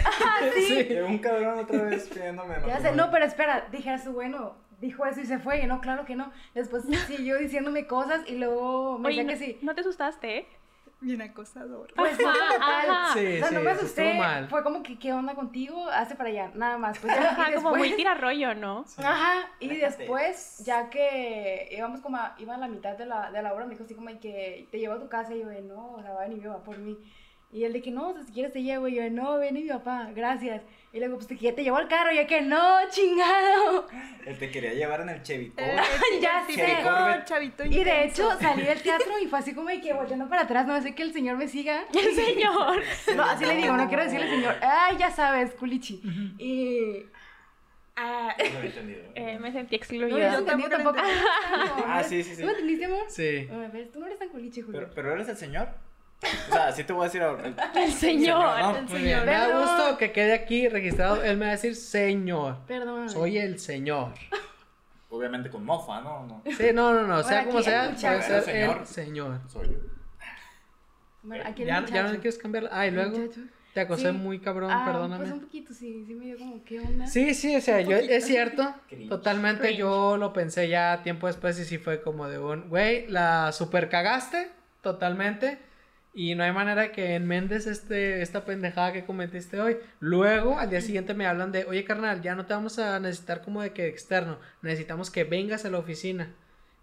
S1: sí.
S2: Llegó un cabrón otra vez pidiéndome.
S6: Ya
S2: matrimonio.
S6: sé, no, pero espera, dije eso, bueno, dijo eso y se fue, y no, claro que no. Después siguió diciéndome cosas y luego me
S3: Oye,
S6: decía
S3: no,
S6: que sí.
S3: ¿no te asustaste? ¿eh?
S5: Bien acosador.
S6: Pues no,
S3: Ajá,
S6: total.
S3: ajá.
S1: Sí,
S6: O sea, no
S1: sí,
S6: me
S1: eso estuvo
S6: asusté,
S1: mal.
S6: fue como que, ¿qué onda contigo? Hace para allá, nada más. Pues ya,
S3: Ajá,
S6: y
S3: como muy
S6: después-
S3: tirarrollo, ¿no?
S6: Ajá, y
S2: Relájate.
S6: después, ya que íbamos como a, iba a la mitad de la, de la obra, me dijo así como de que te llevo a tu casa, y yo de no, o sea, va a venir mi papá por mí. Y él de que no, o sea, si quieres te llevo, y yo de no, viene mi papá, gracias. Y luego, pues te, que te llevo al carro, y yo que no, chingado.
S2: Él te quería llevar en el Chevicor.
S5: Eh,
S6: ya
S5: El
S6: sé.
S5: típico
S2: Corvette.
S5: chavito
S6: Y de
S5: intenso.
S6: hecho salí del teatro y fue así como de que volteando para atrás, no sé que el señor me siga.
S3: El señor.
S6: No, así le digo, no quiero decirle señor. Ay, ya sabes, culichi. Y. Ah,
S2: No lo he entendido.
S3: Eh, me sentí
S6: no,
S3: excluida.
S6: yo tampoco.
S5: tampoco
S6: tampoco.
S5: lo
S2: Ah, sí, sí, sí.
S6: ¿Tú me entendiste, amor?
S1: Sí.
S6: A ver, tú no eres tan culichi, Julio.
S2: Pero, pero eres el señor. O sea, sí te voy a decir ahora. eh, El,
S3: El señor.
S2: ¿no?
S1: Muy bien. Me da
S6: Perdón.
S1: gusto que quede aquí registrado. Él me va a decir, señor.
S6: Perdón.
S1: Soy el señor.
S2: Obviamente con mofa, ¿no? no.
S1: Sí, no, no, no, sea
S6: Ahora
S1: como
S6: aquí
S1: sea,
S6: el
S1: puede
S2: muchacho.
S1: ser el señor.
S8: Soy yo.
S6: Bueno, aquí el
S1: Ya,
S6: muchacho.
S1: ya no quieres cambiar. Ay, luego
S6: Muchacho.
S1: te acosé
S6: Sí.
S1: muy cabrón,
S6: Ah, Pues un
S1: perdóname.
S6: poquito, sí, sí me dio como, ¿qué onda?
S1: Sí, sí, o sea, yo, es cierto,
S7: Cringe.
S1: totalmente
S3: Cringe.
S1: yo lo pensé ya tiempo después y sí fue como de un, güey, la super cagaste, totalmente, y no hay manera que enmendes este, esta pendejada que cometiste hoy. Luego, al día siguiente me hablan de, oye, carnal, ya no te vamos a necesitar como de que externo, necesitamos que vengas a la oficina.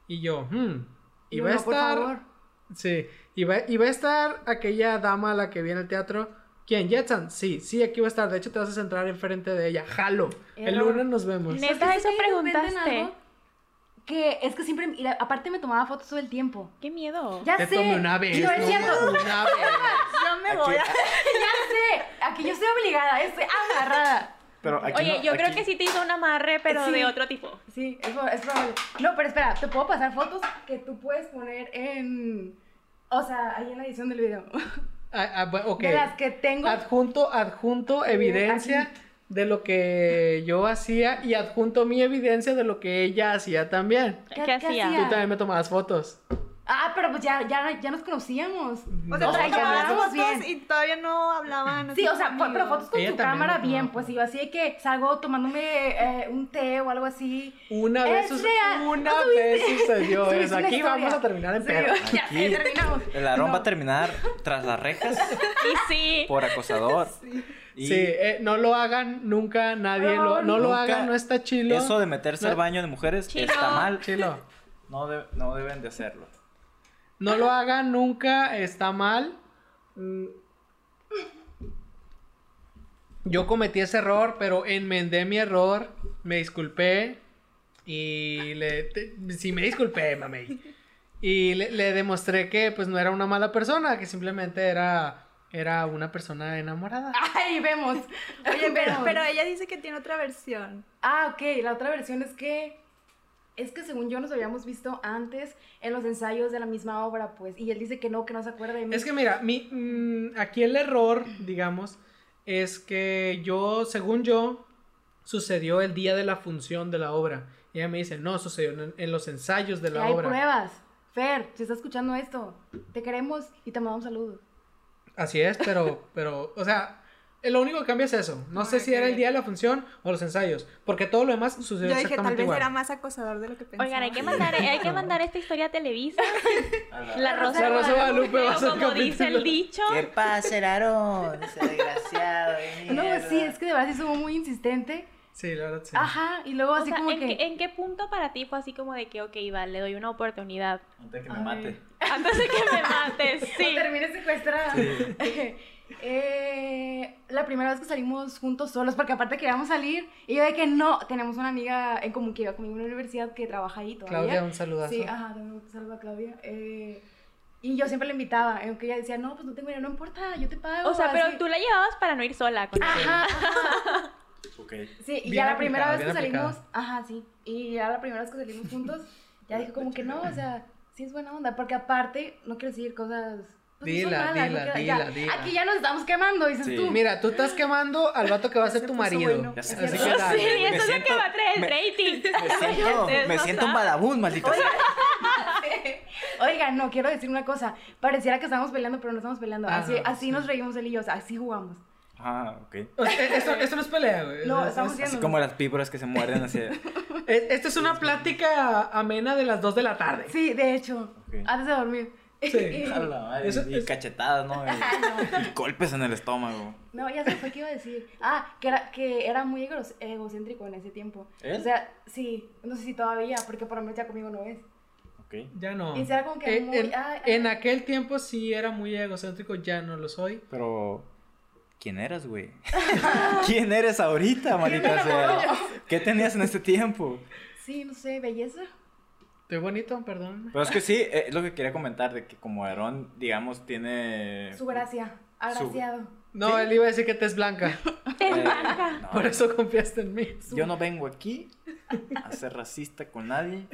S1: Y yo, hmm,
S6: Y
S1: y va a
S6: uno, por
S1: estar...
S6: favor.
S1: Sí, y va, y va a estar aquella dama a la que viene al teatro. ¿Quién? ¿Jetsan? Sí, sí, aquí va a estar. De hecho, te vas a centrar enfrente de ella. Jalo. El
S6: Error.
S1: lunes nos vemos.
S3: Ne- Neta,
S6: Es
S3: eso
S6: que ustedes nos venden
S3: preguntaste.
S6: algo Que es que siempre, y la- aparte me tomaba fotos todo el tiempo.
S3: Qué miedo.
S6: Ya
S1: Te
S6: sé.
S1: tomé una vez.
S6: No es
S1: ¿no?
S6: cierto.
S1: Una vez.
S2: ah,
S5: Yo me voy a...
S6: Ya sé, sé, aquí yo estoy obligada, estoy agarrada.
S2: Pero aquí
S3: Oye,
S2: no-
S3: yo creo
S2: aquí-
S3: que sí te hizo un amarre, pero
S6: Sí.
S3: de otro tipo.
S6: Sí, es, prob- es probable. No, pero espera, te puedo pasar fotos que tú puedes poner en. O sea, ahí en la edición del video.
S1: Ah, ah, bu- ok.
S6: De las que tengo.
S1: Adjunto, adjunto
S6: Mira,
S1: evidencia
S6: aquí.
S1: de lo que yo hacía y adjunto mi evidencia de lo que ella hacía también.
S3: ¿Qué, hacía?
S1: Tú también me tomabas fotos.
S6: Ah, pero pues ya, ya, ya nos conocíamos.
S1: No.
S5: O sea,
S6: O sea, ya
S5: tomabas
S6: hablábamos
S5: fotos
S6: bien.
S5: y todavía no hablaban.
S6: Sí,
S5: así
S6: o sea, fue- pero
S5: conmigo.
S6: fotos con
S1: Ella
S6: tu
S1: también
S6: cámara
S1: me tomaba
S6: bien,
S1: fotos.
S6: pues yo así de que salgo tomándome eh, un té o algo así.
S1: Una
S6: Es
S1: vez, sus-
S6: real, ¿no
S1: una
S6: subiste?
S1: vez sucedió
S6: Subiste
S1: eso.
S6: una
S1: Aquí
S6: historia.
S1: vamos a terminar en
S6: Sí,
S1: perro.
S6: ya,
S2: Aquí.
S6: ya terminamos.
S2: El Aarón va
S6: No.
S2: a terminar tras las rejas
S3: Y sí.
S2: por acosador. Y
S1: Sí, eh, no lo hagan nunca, nadie. lo- no lo
S2: Nunca.
S1: hagan, no está chilo.
S2: eso de meterse al
S1: No.
S2: baño de mujeres
S3: Chilo.
S2: está mal.
S1: Chilo.
S2: No, de- no deben de hacerlo.
S1: No lo hagan nunca, está mal. Mm. Yo cometí ese error, pero enmendé mi error, me disculpé y le... te- sí, me disculpé, mamey. Y le, le demostré que pues no era una mala persona, que simplemente era, era una persona enamorada.
S6: Ahí vemos.
S5: Oye, pero,
S6: Vemos.
S5: pero ella dice que tiene otra versión.
S6: Ah, ok. La otra versión es que. Es que según yo nos habíamos visto antes en los ensayos de la misma obra, pues. Y él dice que no, que no se acuerda de mí.
S1: Es que mira, mi, mm, aquí el error, digamos, es que yo, según yo, sucedió el día de la función de la obra. Y ella me dice, no, sucedió en, en los ensayos de
S6: Que
S1: la
S6: hay
S1: obra.
S6: pruebas. Fer, si estás escuchando esto, te queremos y te mandamos saludos.
S1: Así es, pero, pero, o sea, eh, lo único que cambia es eso. No sé si era el día de la función o los ensayos, porque todo lo demás sucedió
S5: Yo dije, tal
S1: exactamente
S5: vez
S1: igual.
S5: era más acosador de lo que pensaba.
S3: Oigan, hay que mandar, hay que mandar esta historia a Televisa.
S7: A la-
S3: La Rosa,
S1: La
S3: de
S1: Rosa de Guadalupe va a ser
S3: como dice
S1: capítulo.
S3: el dicho.
S8: ¿Qué pasa, el Aarón? Ese desgraciado de
S6: No, pues
S8: mierda.
S6: sí, es que de verdad sí estuvo muy insistente.
S1: Sí, la verdad sí.
S6: Ajá, y luego
S3: O
S6: así
S3: sea,
S6: como
S3: ¿en, eh,
S6: que...
S3: qué- en qué punto para ti fue así como de que, ok, va, le doy una oportunidad?
S7: Antes que me
S6: Ay.
S7: mate.
S3: Antes de que me mates,
S6: Sí.
S3: sí.
S6: terminé secuestrada. Eh, la primera vez que salimos juntos solos, porque aparte queríamos salir, y yo de que no, tenemos una amiga en común que iba conmigo en la universidad que trabaja ahí todavía.
S1: Claudia, un saludazo.
S6: Sí, ah. ajá, también un saludo a Claudia. Eh, y yo siempre la invitaba, aunque ella decía, no, pues no tengo dinero, no importa, yo te pago.
S3: O sea,
S6: así.
S3: pero tú la llevabas para no ir sola con ella.
S6: Ajá, ajá.
S7: Ok.
S6: Sí, y
S1: Bien
S6: ya la primera
S1: aplicada,
S6: vez que
S1: bien aplicada.
S6: salimos, ajá, sí, y ya la primera vez que salimos juntos, ya dije como que no, o sea, sí es buena onda, porque aparte, no quiero decir cosas... pues, no son
S1: Dila,
S6: malas,
S1: dila,
S6: no quiero- ya,
S1: dila, dila.
S6: Aquí ya nos estamos quemando, dices
S7: Sí.
S6: tú.
S1: Mira, tú estás quemando al vato que va a ser tu marido.
S2: Ya se
S1: Así
S2: puso
S1: que
S3: Sí,
S1: dale.
S3: eso
S2: Me
S3: es lo que
S2: siento-
S3: va a traer el rating.
S8: Me siento,
S3: Ustedes
S8: me
S3: no
S8: siento un
S3: saben.
S8: badabun, maldita sea.
S6: Oigan, no, quiero decir una cosa, pareciera que estábamos peleando, pero no estamos peleando,
S1: Ah,
S6: así,
S1: no,
S6: así
S1: sí.
S6: nos reímos él y yo, o sea, así jugamos.
S2: Ah, ok.
S1: O sea, eh, Esto, esto no es pelea, güey.
S6: No,
S1: Es-
S6: estamos
S1: es-
S2: Así
S6: Entiendo.
S2: como las víboras que se muerden así. de-
S1: es- Esto E, es una plática amena de las 2 de la tarde.
S6: Sí, de hecho,
S2: Ok.
S6: antes de dormir.
S1: Sí.
S2: A la madre,
S1: Eso-
S2: y
S1: eso-
S2: cachetadas, ¿no? Y, y golpes en el estómago.
S6: No, ya sé fue que iba a decir. Ah, que era, que era muy egros- egocéntrico en ese tiempo.
S2: ¿Él?
S6: O sea, sí, no sé si todavía, porque por lo menos ya conmigo no es.
S2: Ok.
S1: Ya no.
S6: Y será como que
S1: Eh, En,
S6: muy.
S1: en-
S6: ay, ay,
S1: en aquel tiempo sí era muy egocéntrico, ya no lo soy.
S2: Pero, ¿quién eras, güey? ¿Quién eres ahorita, maldita sea? ¿Qué tenías en este tiempo?
S6: sí, no sé, belleza.
S1: Estoy bonito, perdón.
S2: Pero es que sí, eh, es lo que quería comentar, de que como Aarón, digamos, tiene...
S6: Su gracia. Agraciado.
S1: No, él iba a decir que te es blanca.
S2: Eh, no,
S1: Por eso confiaste en mí.
S2: Yo no vengo aquí a ser racista con nadie.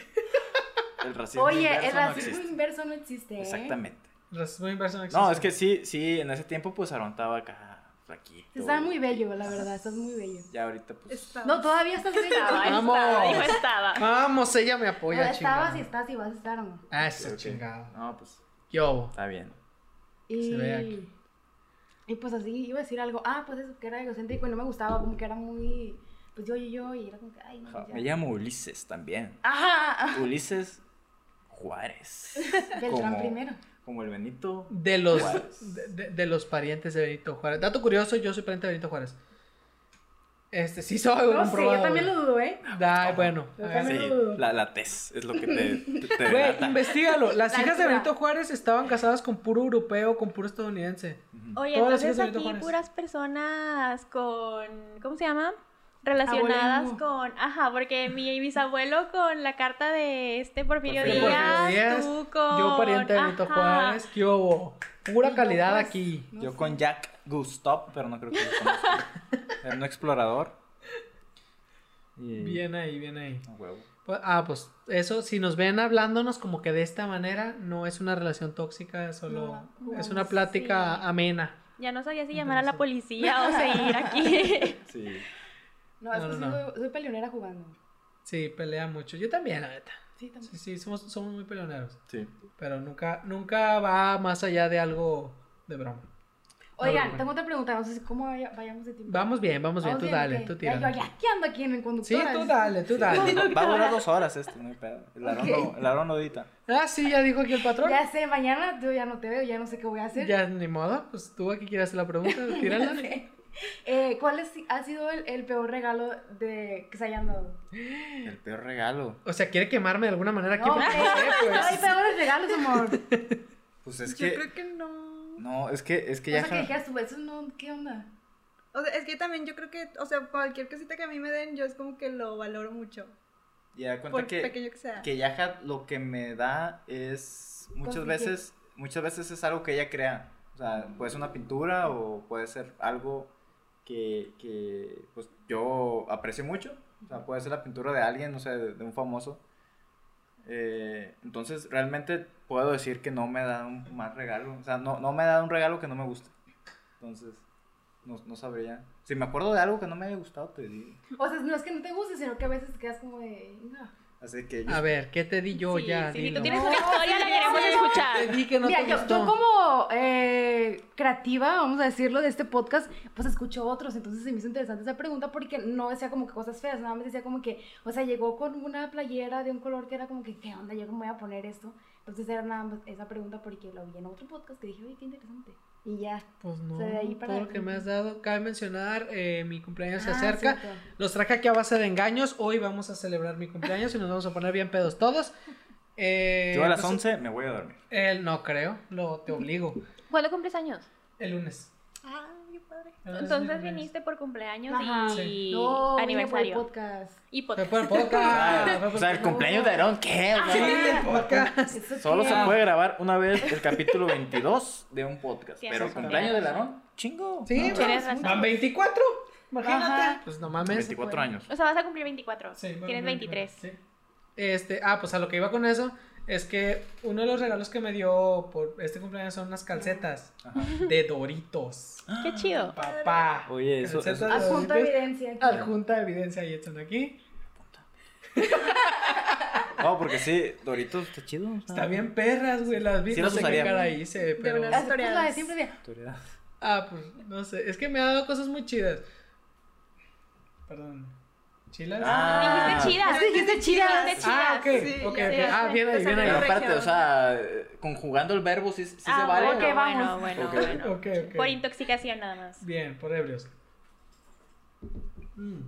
S2: El racismo
S6: Oye,
S2: inverso
S6: el
S2: no
S6: racismo
S2: existe.
S6: inverso no existe. ¿eh?
S2: Exactamente.
S1: Racismo inverso no existe.
S2: No, es que sí, sí, en ese tiempo pues Aarón estaba acá, flaquito.
S6: Te Estás muy bello, la verdad, estás muy bello.
S2: Ya ahorita pues...
S5: Estaba-
S6: No, todavía estás bello.
S3: Estaba,
S1: Vamos.
S3: estaba, dijo estaba.
S1: Vamos, ella me
S6: No,
S1: apoya,
S6: estabas y
S1: chingada.
S6: estás y vas a estar, amor.
S1: Ah, eso,
S2: Ok, ok.
S1: chingado.
S2: No, pues
S1: Yo.
S2: está bien.
S6: Y,
S1: Se ve aquí.
S6: y pues así iba a decir algo, ah, pues eso, que era egocéntrico y no me gustaba, como que era muy, pues yo, yo, yo, y era como que, ay, no,
S2: Ja,
S6: ya.
S2: Me llamo Ulises también.
S6: Ajá,
S2: Ulises Juárez.
S6: Beltrán
S2: Como-
S6: primero.
S2: Como el Benito.
S1: De los,
S2: Juárez.
S1: de, de- de los parientes de Benito Juárez. Dato curioso, yo soy pariente de Benito Juárez. Este, sí soy
S6: No
S1: un
S6: sé,
S1: probado,
S6: yo también lo
S1: güey.
S6: dudo, ¿eh?
S1: Ay, bueno.
S6: Yo
S1: a ver.
S6: también
S2: Sí,
S6: Menudo.
S2: la, la tez es lo que te, te- te
S1: Güey,
S2: delata.
S1: investigalo. Las
S6: La
S1: hijas de
S6: altura.
S1: Benito Juárez estaban casadas con puro europeo, con puro estadounidense.
S2: Ujú.
S3: Oye,
S1: Todas las hijas
S3: entonces
S1: de Benito
S3: aquí
S1: Juárez.
S3: puras personas con, ¿cómo se llama? relacionadas
S6: Abuelo.
S3: con, ajá, porque mi bisabuelo con la carta de este Porfirio,
S1: Porfirio
S3: Díaz,
S1: Díaz,
S3: tú con
S1: Yo, pariente de Benito
S3: ajá.
S1: Juárez, ¿qué hubo? Pura
S6: Y
S1: calidad
S6: pues,
S1: aquí.
S6: no
S2: Yo
S6: sé.
S2: con Jack Gustav, pero no creo que lo conozca. Era un explorador. Y-
S1: Bien ahí, bien ahí.
S2: A huevo.
S1: Pues- ah, pues eso, si nos ven hablándonos como que de esta manera, no es una relación tóxica, es solo
S6: No,
S1: es una plática
S3: sí.
S1: amena.
S3: Ya no sabía si llamar a la
S1: Entonces-
S3: policía o seguir aquí.
S2: Sí.
S6: No, es
S1: No,
S6: que
S1: no, no.
S6: Soy, soy peleonera jugando.
S1: Sí, pelea mucho. Yo también, la neta.
S6: Sí, también.
S1: Sí, sí, somos, somos muy peleoneros.
S2: Sí.
S1: Pero nunca, nunca va más allá de algo de broma.
S6: Oigan,
S1: bueno.
S6: tengo otra pregunta. No sé si- cómo vaya- vayamos de tiempo.
S1: Vamos bien, vamos bien.
S6: Vamos
S1: tú
S6: bien,
S1: dale,
S6: ok.
S1: tú
S6: Ya,
S1: tira.
S6: yo ya, ¿qué ando aquí en el
S1: Sí,
S6: conductor?
S1: tú dale, tú dale.
S2: Va, va a durar dos horas este, no hay pedo. El Aarón no- el Aarón no edita.
S1: Ah, sí, ya dijo aquí el patrón.
S6: Ya sé, mañana yo ya no te veo, ya no sé qué voy a hacer.
S1: Ya, ni modo. Pues tú aquí quieres hacer la pregunta, tírala.
S6: Eh, ¿Cuál es- ha sido el, el peor regalo de, que se hayan dado?
S2: El peor regalo.
S1: O sea, quiere quemarme de alguna manera aquí
S6: No,
S1: porque
S6: eh,
S1: no sé, pues.
S6: no hay peores regalos, amor.
S2: Pues es
S5: Yo
S2: que.
S5: creo que no.
S2: No, es que, es que
S6: O
S2: ya.
S6: sea, que dijeras tú, eso no, ¿qué onda?
S5: O sea, es que también yo creo que, o sea, cualquier cosita que a mí me den, yo es como que lo valoro mucho.
S2: ya cuenta
S5: Por
S2: que.
S5: pequeño que sea.
S2: que Yaja lo que me da es muchas
S6: Cosquillas.
S2: veces muchas veces es algo que ella crea o sea puede ser una pintura o puede ser algo que, que, pues yo aprecio mucho o sea puede ser la pintura de alguien no sé de, de un famoso Eh, entonces realmente puedo decir que no me da un mal regalo o sea no, no me da un regalo que no me guste entonces no, no sabría si me acuerdo de algo que no me haya gustado te digo
S6: O sea, no es que no te guste, sino que a veces te quedas como de. "No".
S2: así que yo-
S1: A ver, ¿qué te di yo
S3: Sí,
S1: ya?
S3: sí, si
S1: Dilo.
S3: tú tienes
S6: No,
S3: una historia, la queremos escuchar.
S1: Te di que no
S6: Mira,
S1: te
S6: yo,
S1: gustó.
S6: yo como eh, creativa, vamos a decirlo, de este podcast, pues escucho otros, entonces se me hizo interesante esa pregunta porque no decía como que cosas feas, nada más decía como que, o sea, llegó con una playera de un color que era como que, ¿qué onda? ¿Yo cómo voy a poner esto? Entonces era nada más esa pregunta porque lo vi en otro podcast que dije, oye, qué interesante. Y ya.
S1: Pues no,
S6: O sea, de ahí para
S1: todo lo que me has dado. Cabe mencionar, eh, mi cumpleaños se
S6: Ah,
S1: acerca.
S6: cierto.
S1: Los traje aquí a base de engaños. Hoy vamos a celebrar mi cumpleaños y nos vamos a poner bien pedos todos. Eh,
S2: yo a las
S1: pues,
S2: 11 me voy a dormir
S1: eh, no creo, lo, te obligo.
S3: ¿Cuándo cumples años?
S1: El lunes.
S5: Ay, qué padre.
S1: El lunes es mi
S3: Entonces
S1: cumpleaños.
S3: viniste por cumpleaños
S6: Ajá.
S3: y
S6: No, vine por el
S3: aniversario.
S6: podcast.
S3: Y
S1: Fue
S3: podcast.
S1: por el podcast. fue por
S2: Ah, o sea, el
S1: podcast.
S2: cumpleaños de Aarón, ¿qué? güey?
S1: Sí, el podcast.
S6: Ah, Eso
S2: Solo
S6: que-
S2: se puede grabar una vez el capítulo 22 de un podcast.
S3: Sí,
S2: pero el
S3: eso sí.
S2: cumpleaños de Larón, chingo.
S1: Sí,
S2: No,
S3: Tienes
S1: pues,
S3: razón.
S1: van 24. Imagínate.
S6: Ajá.
S1: Pues no mames.
S2: 24 años.
S3: O sea, vas a cumplir 24.
S1: Sí, van
S3: Tienes 23.
S1: sí. Este, ah, pues a lo que iba con eso es que uno de los regalos que me dio por este cumpleaños son unas calcetas
S2: Ajá.
S1: de Doritos.
S3: Qué chido.
S1: Papá.
S2: Oye, eso-
S1: Calcetas
S2: eso-
S1: de
S6: Adjunto
S1: Doritos.
S6: evidencia. aquí.
S1: Adjunta evidencia y están aquí.
S2: No, porque sí, Doritos está chido. o sea,
S1: Está bien perras, güey. Las vi,
S2: Sí
S1: no
S2: las
S1: sé qué
S2: usaría.
S1: cara hice, pero...
S5: verdad.
S6: Así, pues, la de siempre de-
S2: autoridad.
S1: Ah, pues, no sé. Es que me ha dado cosas muy chidas. Perdón. ¿Chilas?
S2: Ah.
S3: Dijiste chidas.
S6: Dijiste chidas.
S3: Dijiste
S1: Ah, ok,
S3: chidas.
S5: Sí,
S1: ok,
S5: ya
S1: ok.
S5: sé.
S1: Ah, bien ahí, bien
S5: Esa
S2: Pero
S1: ahí.
S5: regla.
S2: aparte, o sea, conjugando el verbo sí, sí pues se
S3: Ah,
S2: vale.
S3: bueno,
S6: Ok, vamos.
S3: bueno, bueno,
S2: Ok.
S3: bueno.
S1: Ok, ok.
S3: Por intoxicación nada más.
S1: Bien, por ebrios. Mm.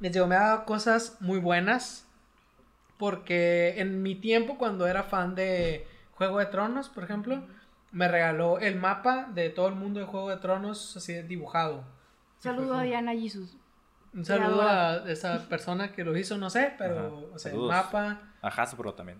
S1: Les digo, me ha dado cosas muy buenas. Porque en mi tiempo, cuando era fan de Juego de Tronos, por ejemplo, me regaló el mapa de todo el mundo de Juego de Tronos, así dibujado.
S6: Saludo a Diana Jesus.
S1: Un saludo a esa persona que lo hizo, no sé, pero,
S2: Ajá,
S1: o sea,
S2: saludos.
S1: el mapa.
S2: Ajá, pero también.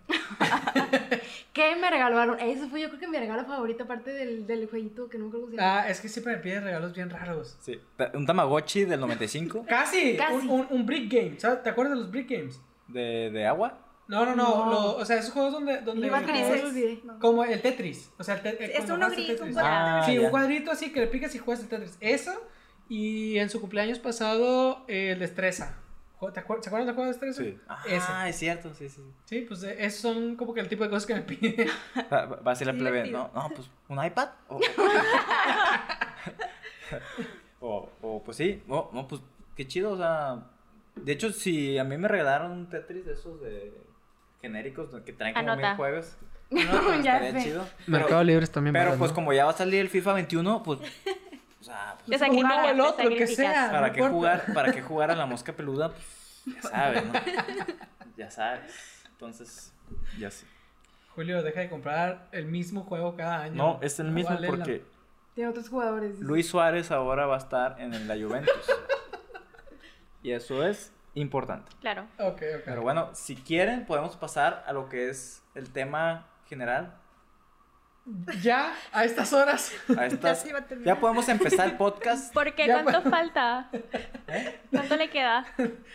S6: ¿Qué me regalaron? Eso fue yo creo que mi regalo favorito, aparte del, del jueguito que nunca usé.
S1: Ah, es que siempre me piden regalos bien raros.
S2: Sí. ta- Un Tamagotchi del 95
S1: Casi,
S6: Casi.
S1: Un, un- un brick game, ¿sabes? ¿Te acuerdas de los brick games?
S2: de, de agua.
S1: No, no, no,
S6: No.
S1: lo- o sea, esos juegos donde... donde
S6: Iba a tener-
S1: como-
S6: Eso olvidé.
S5: No.
S1: Como el Tetris, o sea, el te- eh,
S5: Es
S1: cuando
S5: uno
S1: juegas el
S5: gris, un
S1: Tetris.
S5: cuadrado.
S2: Ah,
S1: Sí, un
S2: ya.
S1: cuadrito así que le picas y juegas el Tetris. Eso, y en su cumpleaños pasado, eh, el Destreza. Jue- ¿Te acuer- ¿Se acuerdan del juego de Destreza?
S2: Sí.
S1: Ese.
S2: Ah, es cierto, sí, sí.
S1: Sí, pues eh, esos son como que el tipo de cosas que me piden.
S2: Va, va a ser la
S5: Sí,
S2: plebe,
S5: divertido.
S2: ¿no? No, pues un iPad. O, o, o, pues sí, no, no, pues qué chido, o sea. De hecho, si a mí me regalaron un Tetris de esos de genéricos que traen como
S3: Anota.
S2: mil juegos,
S6: ya
S2: estaría
S6: sé.
S2: chido.
S1: Mercado
S2: Pero,
S1: Libre también.
S2: pero pues como ya va a salir el FIFA 21, pues. O sea, pues,
S3: Te sacrificas,
S1: el
S3: te
S1: otro, el que
S3: sacrificas.
S1: sea.
S2: ¿para,
S1: no
S2: qué
S1: importa.
S2: jugar, ¿para qué jugar a la mosca peluda? Pues, ya sabes, ¿no? Ya sabes. Entonces, ya sé.
S1: Julio, deja de comprar el mismo juego cada año.
S2: No, es el mismo
S1: vale la-
S2: porque.
S1: Ah.
S6: Tiene otros jugadores. dice.
S2: Luis Suárez ahora va a estar en la Juventus. Y eso es importante.
S3: Claro.
S1: Ok, ok.
S2: Pero bueno, si quieren, podemos pasar a lo que es el tema general.
S1: Ya, a estas horas.
S2: A
S5: Ya
S2: estas...
S5: se iba a terminar.
S2: Ya podemos empezar el podcast.
S3: ¿Por qué?
S1: Ya,
S3: ¿Cuánto falta? ¿Cuánto le queda?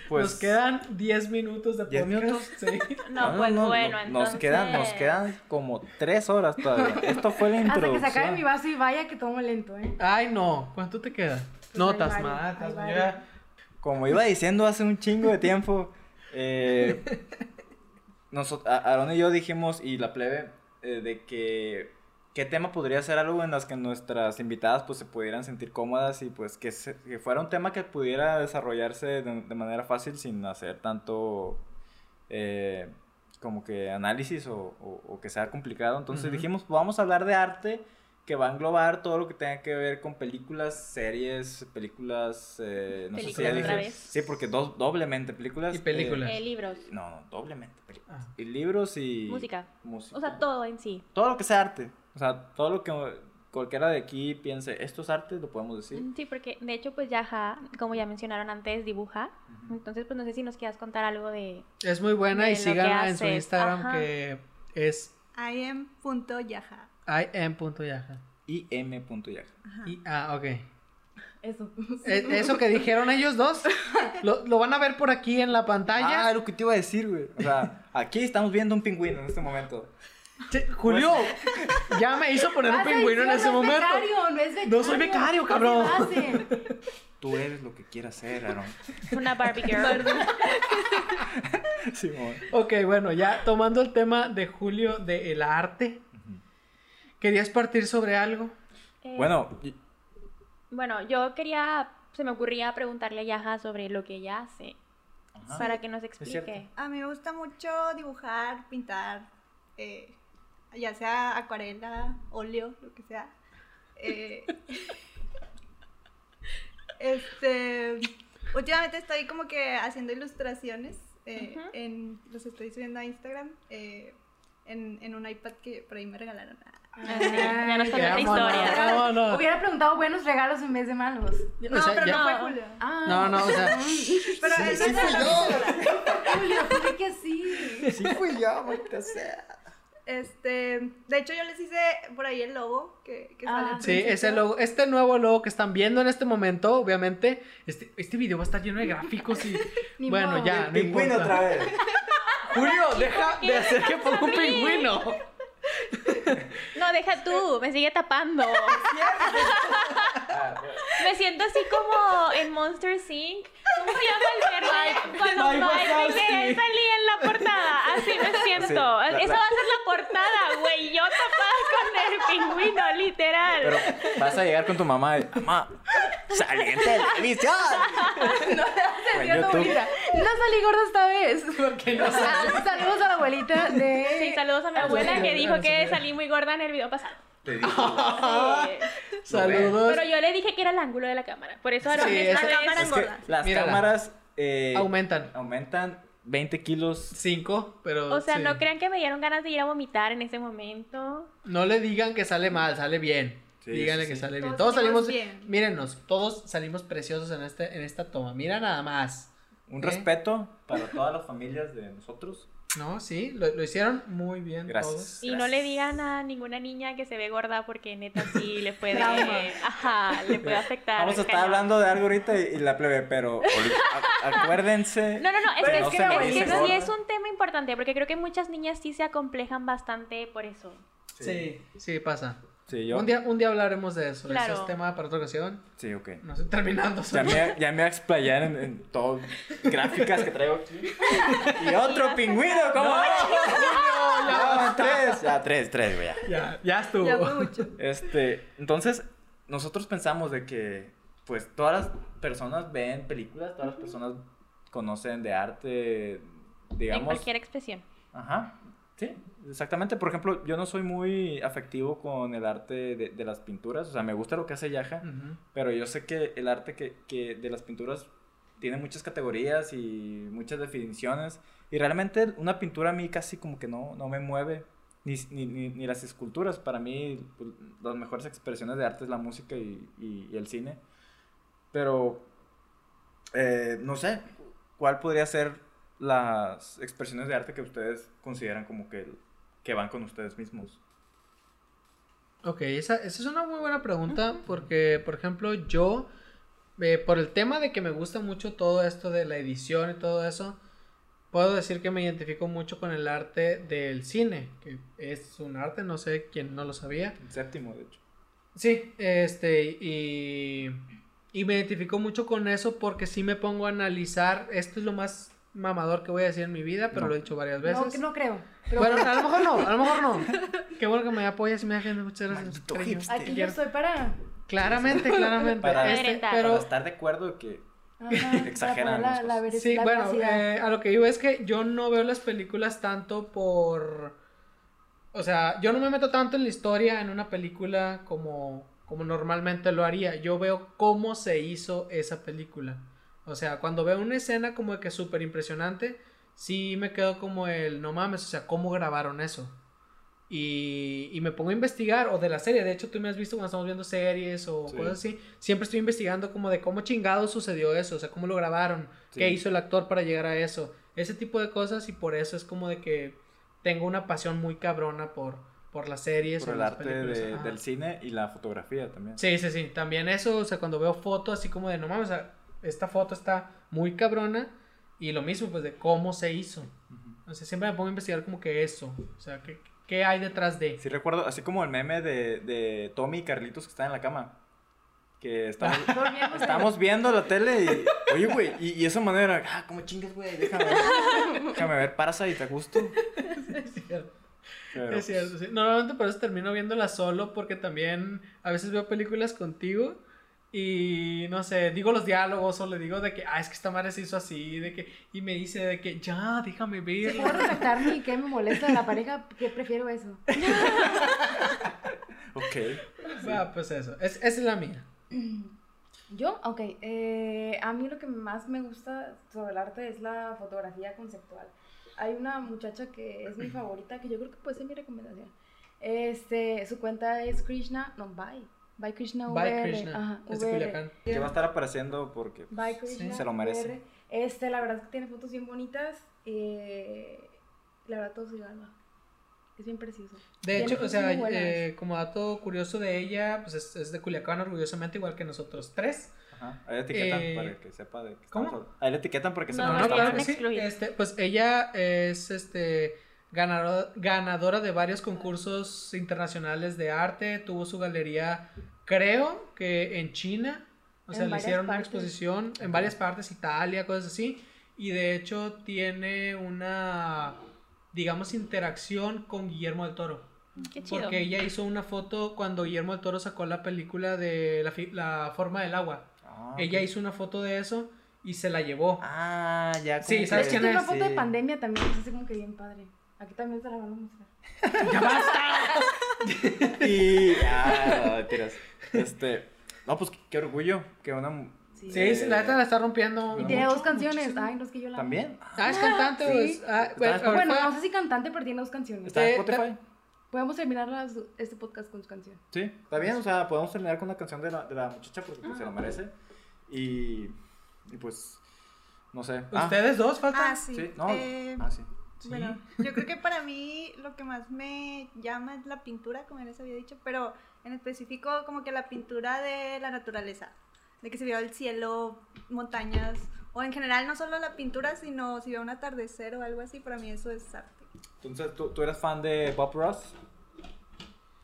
S2: Pues
S1: Nos quedan 10 minutos de
S2: 10
S1: podcast. Sí.
S3: No, pues bueno,
S2: Ah, no, Nos
S3: entonces...
S2: quedan, nos quedan como tres horas todavía. Esto fue la
S6: Hasta que
S2: introducción.
S6: se acabe mi vaso y vaya que tomo lento, ¿eh?
S1: Ay, no. ¿Cuánto te queda? no,
S6: hay
S1: estás
S6: varios,
S1: mal,
S6: hay
S1: estás mal.
S6: varios.
S1: Ya.
S2: Como iba diciendo hace un chingo de tiempo, eh, noso- a- Aarón y yo dijimos, y la plebe, eh, de que qué tema podría ser algo en las que nuestras invitadas pues se pudieran sentir cómodas y pues que, se- que fuera un tema que pudiera desarrollarse de, de manera fácil sin hacer tanto eh, como que análisis o, o- o que sea complicado. Entonces
S1: Ujú.
S2: dijimos, vamos a hablar de arte que va a englobar todo lo que tenga que ver con películas, series, películas, eh, no sé si ya
S1: Películas
S2: dije-
S1: otra
S3: vez.
S2: sí, porque do- doblemente películas
S1: Y películas.
S3: Eh, libros,
S2: eh, no, no, doblemente películas.
S1: Ah.
S2: Y libros y
S3: música.
S2: música.
S3: O sea, todo en sí.
S2: Todo lo que sea arte, o sea, todo lo que cualquiera de aquí piense, esto es arte, lo podemos decir.
S3: Mm, Sí, porque de hecho, pues Yaja, como ya mencionaron antes, dibuja.
S2: Ujú.
S3: Entonces, pues no sé si nos quieras contar algo de...
S1: Es muy buena
S3: De
S1: y
S3: lo que
S1: síganla en su
S3: haces,
S1: Instagram
S3: ajá.
S1: que es
S5: I am punto yaja.
S1: im.yaja.
S3: Ah.
S2: Y M. Yaja.
S1: Y- ah, ok.
S6: Eso.
S1: E- Eso que dijeron ellos dos, lo, lo van a ver por aquí en la pantalla.
S2: Ah, lo que te iba a decir, güey. O sea, aquí estamos viendo un pingüino en este momento.
S1: Che, Julio, ya me hizo poner un
S6: Vas a
S1: pingüino en
S6: decir,
S1: ese
S6: Ah, no es
S1: momento.
S6: becario, no es becario.
S1: No soy becario,
S6: ¿Qué
S1: cabrón.
S6: se hacen?
S2: Tú eres lo que quieras ser, Aaron.
S3: Una Barbie Girl.
S2: Simón.
S1: Ok, bueno, ya tomando el tema de Julio de el arte, ¿querías partir sobre algo?
S3: Eh,
S2: Bueno, y-
S3: Bueno, yo quería... Se me ocurría preguntarle a Yaja sobre lo que ella hace.
S2: ajá.
S3: Para que nos
S2: cierto.
S3: explique.
S5: A mí me gusta mucho dibujar, pintar, eh, ya sea acuarela, óleo, lo que sea. Eh, este, últimamente estoy como que haciendo ilustraciones, eh,
S3: Ujú.
S5: en, los estoy subiendo a Instagram, eh, en, en un iPad que por ahí me regalaron.
S1: Pues
S3: Ah, sí, ya nos contó
S6: Ay,
S3: la
S1: Vámonos,
S3: historia.
S1: vámonos.
S6: Hubiera preguntado buenos regalos en vez de malos.
S5: No,
S1: O sea,
S5: pero
S1: ya-
S5: no
S3: no.
S5: fue Julio.
S6: Ah.
S1: No, no, o sea,
S5: Pero
S8: Sí,
S5: él
S8: sí
S5: me
S8: fui
S5: regaló mi celular.
S8: yo.
S6: Julio, dime que sí.
S8: Sí fui yo, maldita sea.
S5: Este, de hecho yo les hice por ahí el logo que, que
S6: Ah.
S5: sale al
S1: sí, ese
S5: principio.
S1: logo, este nuevo logo que están viendo en este momento, obviamente, este, este video va a estar lleno de gráficos y
S6: Ni
S1: bueno,
S6: modo.
S1: ya, no
S8: Pingüino
S1: importa.
S8: otra vez.
S1: Julio, deja
S3: qué
S1: de hacer que ponga un
S3: a mí?
S1: pingüino.
S3: No, deja tú, me sigue tapando.
S2: Ah,
S3: me siento así como en Monster Inc. ¿Cómo se llama el verde? Cuando
S1: Mike
S3: Mike
S1: Wazowski.
S3: Miguel salía en la portada. Así me siento.
S2: Sí, la- la-
S3: Esa va a ser la portada, güey. Yo tapada con el pingüino, literal.
S2: Pero vas a llegar con tu mamá y, mamá, salí en televisión. O en
S6: Yo no,
S2: YouTube.
S6: mira, no salí gorda esta vez.
S1: Porque no sé.
S6: Ah, Saludos a la abuelita de.
S3: Sí, saludos
S2: Ah,
S3: a mi abuela que dijo que salí muy gorda en el video pasado.
S2: Te digo.
S3: Sí.
S1: Saludos.
S3: Pero yo le dije que era el ángulo de la cámara. Por eso ahora
S1: Sí, es
S3: esta
S1: que-
S3: vez-
S2: Es que las
S1: Mírala.
S2: cámaras eh,
S1: Aumentan.
S2: aumentan 20 kilos.
S1: Cinco, pero.
S3: O sea,
S1: sí.
S3: no crean que me dieron ganas de ir a vomitar en ese momento.
S1: No le digan que sale mal, sale bien.
S2: Sí,
S1: Díganle
S2: sí,
S1: que
S2: sí.
S1: sale bien. Todos
S5: Todos
S1: salimos.
S5: salimos bien.
S1: Mírenos, todos salimos preciosos en, este, en esta toma. Mira nada más.
S2: Un
S1: ¿Eh?
S2: respeto para todas las familias de nosotros.
S1: No, sí, lo, lo hicieron muy bien
S2: Gracias.
S3: Y no le
S2: Gracias.
S3: digan a ninguna niña que se ve gorda porque neta sí le puede,
S6: Trauma.
S3: ajá, le puede afectar.
S2: Vamos a estar
S3: cañón.
S2: hablando de algo ahorita y, y la plebe, pero a- acuérdense.
S3: No, no, no, es
S2: Pero
S3: que,
S2: no
S3: es que,
S2: se
S3: es
S2: merece
S3: que
S2: gorda.
S3: sí es un tema importante porque creo que muchas niñas sí se acomplejan bastante por eso.
S1: todos. Sí, sí, pasa.
S2: Sí, yo.
S1: Un, día, un día hablaremos de eso.
S3: Claro.
S1: Eso es tema para otra ocasión.
S2: Sí, ok.
S1: No estoy terminando.
S2: Ya
S1: solo.
S2: me, ya me voy a explayar en, en todo. Gráficas que traigo aquí. Y otro pingüino, ¿cómo?
S1: No, ya
S2: No,
S1: basta.
S2: tres. Ya, tres, tres, güey. ya.
S1: Ya, ya estuvo.
S5: Ya fue mucho.
S2: Este, entonces, nosotros pensamos de que, pues, todas las personas ven películas, todas las personas conocen de arte,
S3: En
S2: digamos.
S3: cualquier expresión.
S2: Ajá. Sí, exactamente. Por ejemplo, yo no soy muy afectivo con el arte de, de las pinturas. O sea, me gusta lo que hace Yaja,
S1: Ujú.
S2: pero yo sé que el arte que, que de las pinturas tiene muchas categorías y muchas definiciones. Y realmente una pintura a mí casi como que no, no me mueve. Ni, ni, ni- ni las esculturas. Para mí pues, las mejores expresiones de arte es la música y, y- y el cine. Pero eh, no sé, ¿cuál podría ser las expresiones de arte que ustedes consideran como que, que van con ustedes mismos?
S1: Ok, esa, esa es una muy buena pregunta porque, por ejemplo, yo, eh, por el tema de que me gusta mucho todo esto de la edición y todo eso, puedo decir que me identifico mucho con el arte del cine, que es un arte, no sé quién no lo sabía.
S2: El séptimo, de hecho.
S1: Sí, este, y, y me identifico mucho con eso porque sí me pongo a analizar, esto es lo más mamador que voy a decir en mi vida, pero
S2: No.
S1: lo he dicho varias veces.
S6: No, que no creo. Pero
S1: Bueno, a lo mejor no, a lo mejor no. Qué bueno que me apoyas y me dejen muchas gracias.
S2: Maldito
S1: cariño.
S2: hipster.
S6: aquí yo estoy para.
S1: Claramente, claramente.
S2: Para-
S1: Este,
S3: Para
S2: Pero
S1: pero
S2: estar de acuerdo de que
S6: Ajá, para
S2: Exageran
S6: poner
S2: las
S6: la, la,
S2: cosas.
S6: veri-
S1: sí,
S6: la
S1: bueno,
S6: veracidad.
S1: eh, a lo que digo es que yo no veo las películas tanto por o sea, yo no me meto tanto en la historia en una película como como normalmente lo haría. Yo veo cómo se hizo esa película. O sea, cuando veo una escena como de que súper impresionante, sí me quedo como el no mames, o sea, ¿cómo grabaron eso? Y, y me pongo a investigar, o de la serie, de hecho tú me has visto cuando estamos viendo series o
S2: Sí.
S1: cosas así, siempre estoy investigando como de cómo chingado sucedió eso, o sea, cómo lo grabaron, qué
S2: Sí.
S1: hizo el actor para llegar a eso, ese tipo de cosas y por eso es como de que tengo una pasión muy cabrona por, por las series.
S2: por
S1: o
S2: el
S1: las
S2: arte
S1: películas,
S2: de-
S1: ajá.
S2: del cine y la fotografía también.
S1: Sí, sí, sí. También eso, o sea, cuando veo fotos así como de, no mames, o sea, esta foto está muy cabrona. Y lo mismo, pues, de cómo se hizo.
S2: Ujú.
S1: O sea, siempre me pongo a investigar como que eso. O sea, ¿qué, qué hay detrás de?
S2: Sí recuerdo, así como el meme de, de Tommy y Carlitos que están en la cama. Que estamos, estamos viendo la tele y... Oye, güey, y, y esa manera... Ah, ¿cómo chingas, güey? Déjame ver. Déjame ver Parasite, ¿a gusto?
S1: Es cierto,
S2: Pero,
S1: es cierto, sí. Normalmente por eso termino viéndola solo porque también a veces veo películas contigo y no sé, digo los diálogos o le digo de que, ah, es que esta madre se hizo así, de que, y me dice de que, ya, déjame ver.
S6: Si puedo respetarme y que me molesta de la pareja, que prefiero eso.
S2: Ok.
S1: Ah, pues eso, es, esa es la mía.
S6: Yo, ok. eh, a mí lo que más me gusta sobre el arte es la fotografía conceptual. Hay una muchacha que es mi favorita, que yo creo que puede ser mi recomendación. Este, su cuenta es Krishna, no, Bye. Bye Krishna
S1: Bye,
S6: VR,
S1: Krishna.
S6: ajá,
S1: Es de
S6: VR.
S1: Culiacán.
S2: Que va a estar apareciendo porque... pues,
S6: Bye Krishna.
S2: Se lo merece.
S6: VR. Este, la verdad es que tiene fotos bien bonitas. eh, la verdad, todo su alma. Es bien precioso.
S1: De
S6: Tiene
S1: hecho, o
S6: fotos
S1: sea,
S6: muy buenas.
S1: eh, como dato curioso de ella, pues es, es de Culiacán, orgullosamente, igual que nosotros tres.
S2: Ajá. Ahí la etiquetan
S1: Eh,
S2: para que sepa de que
S1: ¿cómo?
S2: estamos- Ahí la etiquetan para que
S3: No,
S2: sepa de
S3: no,
S2: que
S3: claro
S2: estamos-
S3: que excluir.
S1: Este, pues ella es este ganado- ganadora de varios concursos internacionales de arte. Tuvo su galería, creo que en China. O
S6: En
S1: sea, le
S6: varias
S1: hicieron una
S6: partes.
S1: exposición en varias partes, Italia, cosas así. Y de hecho tiene una, digamos, interacción con Guillermo del Toro.
S3: Qué chido.
S1: Porque ella hizo una foto cuando Guillermo del Toro sacó la película de la, fi- la forma del agua.
S2: Ah,
S1: Ella
S2: ok.
S1: hizo una foto de eso y se la llevó.
S8: Ah, ya.
S1: Sí,
S8: como
S1: ¿sabes
S8: que-
S1: quién
S6: Tiene una
S1: es?
S6: foto
S8: sí.
S6: de pandemia también, es así como que bien padre. Aquí también se la van a mostrar.
S1: ¡Ya basta!
S2: Y... Ah, tiras. Este... No, pues qué- qué orgullo que una... mu-
S1: Sí, sí, la neta la está rompiendo.
S6: Y
S2: No,
S6: tiene
S1: mucho,
S6: dos canciones.
S1: muchísimo.
S6: Ay, no es que yo la.
S2: ¿También?
S1: Ah, es cantante,
S2: Sí.
S1: pues. Ah, bueno,
S2: Está-
S1: ahorita-
S6: Bueno, no sé si cantante, pero tiene dos canciones.
S2: Ah, ¿Está en
S1: Eh,
S2: Spotify?
S6: Podemos terminar las- este podcast con su canción.
S2: Sí, está bien, o sea, podemos terminar con una canción de la, de la muchacha porque pues, se lo merece. Y, y pues, no sé. Ah,
S1: ustedes dos faltan.
S5: Ah, sí.
S2: Sí, no.
S5: Eh,
S2: Ah, sí.
S1: Sí.
S5: Bueno, yo creo que para mí lo que más me llama es la pintura, como ya les había dicho, pero en específico como que la pintura de la naturaleza, de que se vea el cielo, montañas, o en general no solo la pintura, sino si veo un atardecer o algo así, para mí eso es arte.
S2: Entonces, ¿tú, tú eres fan de Bob Ross?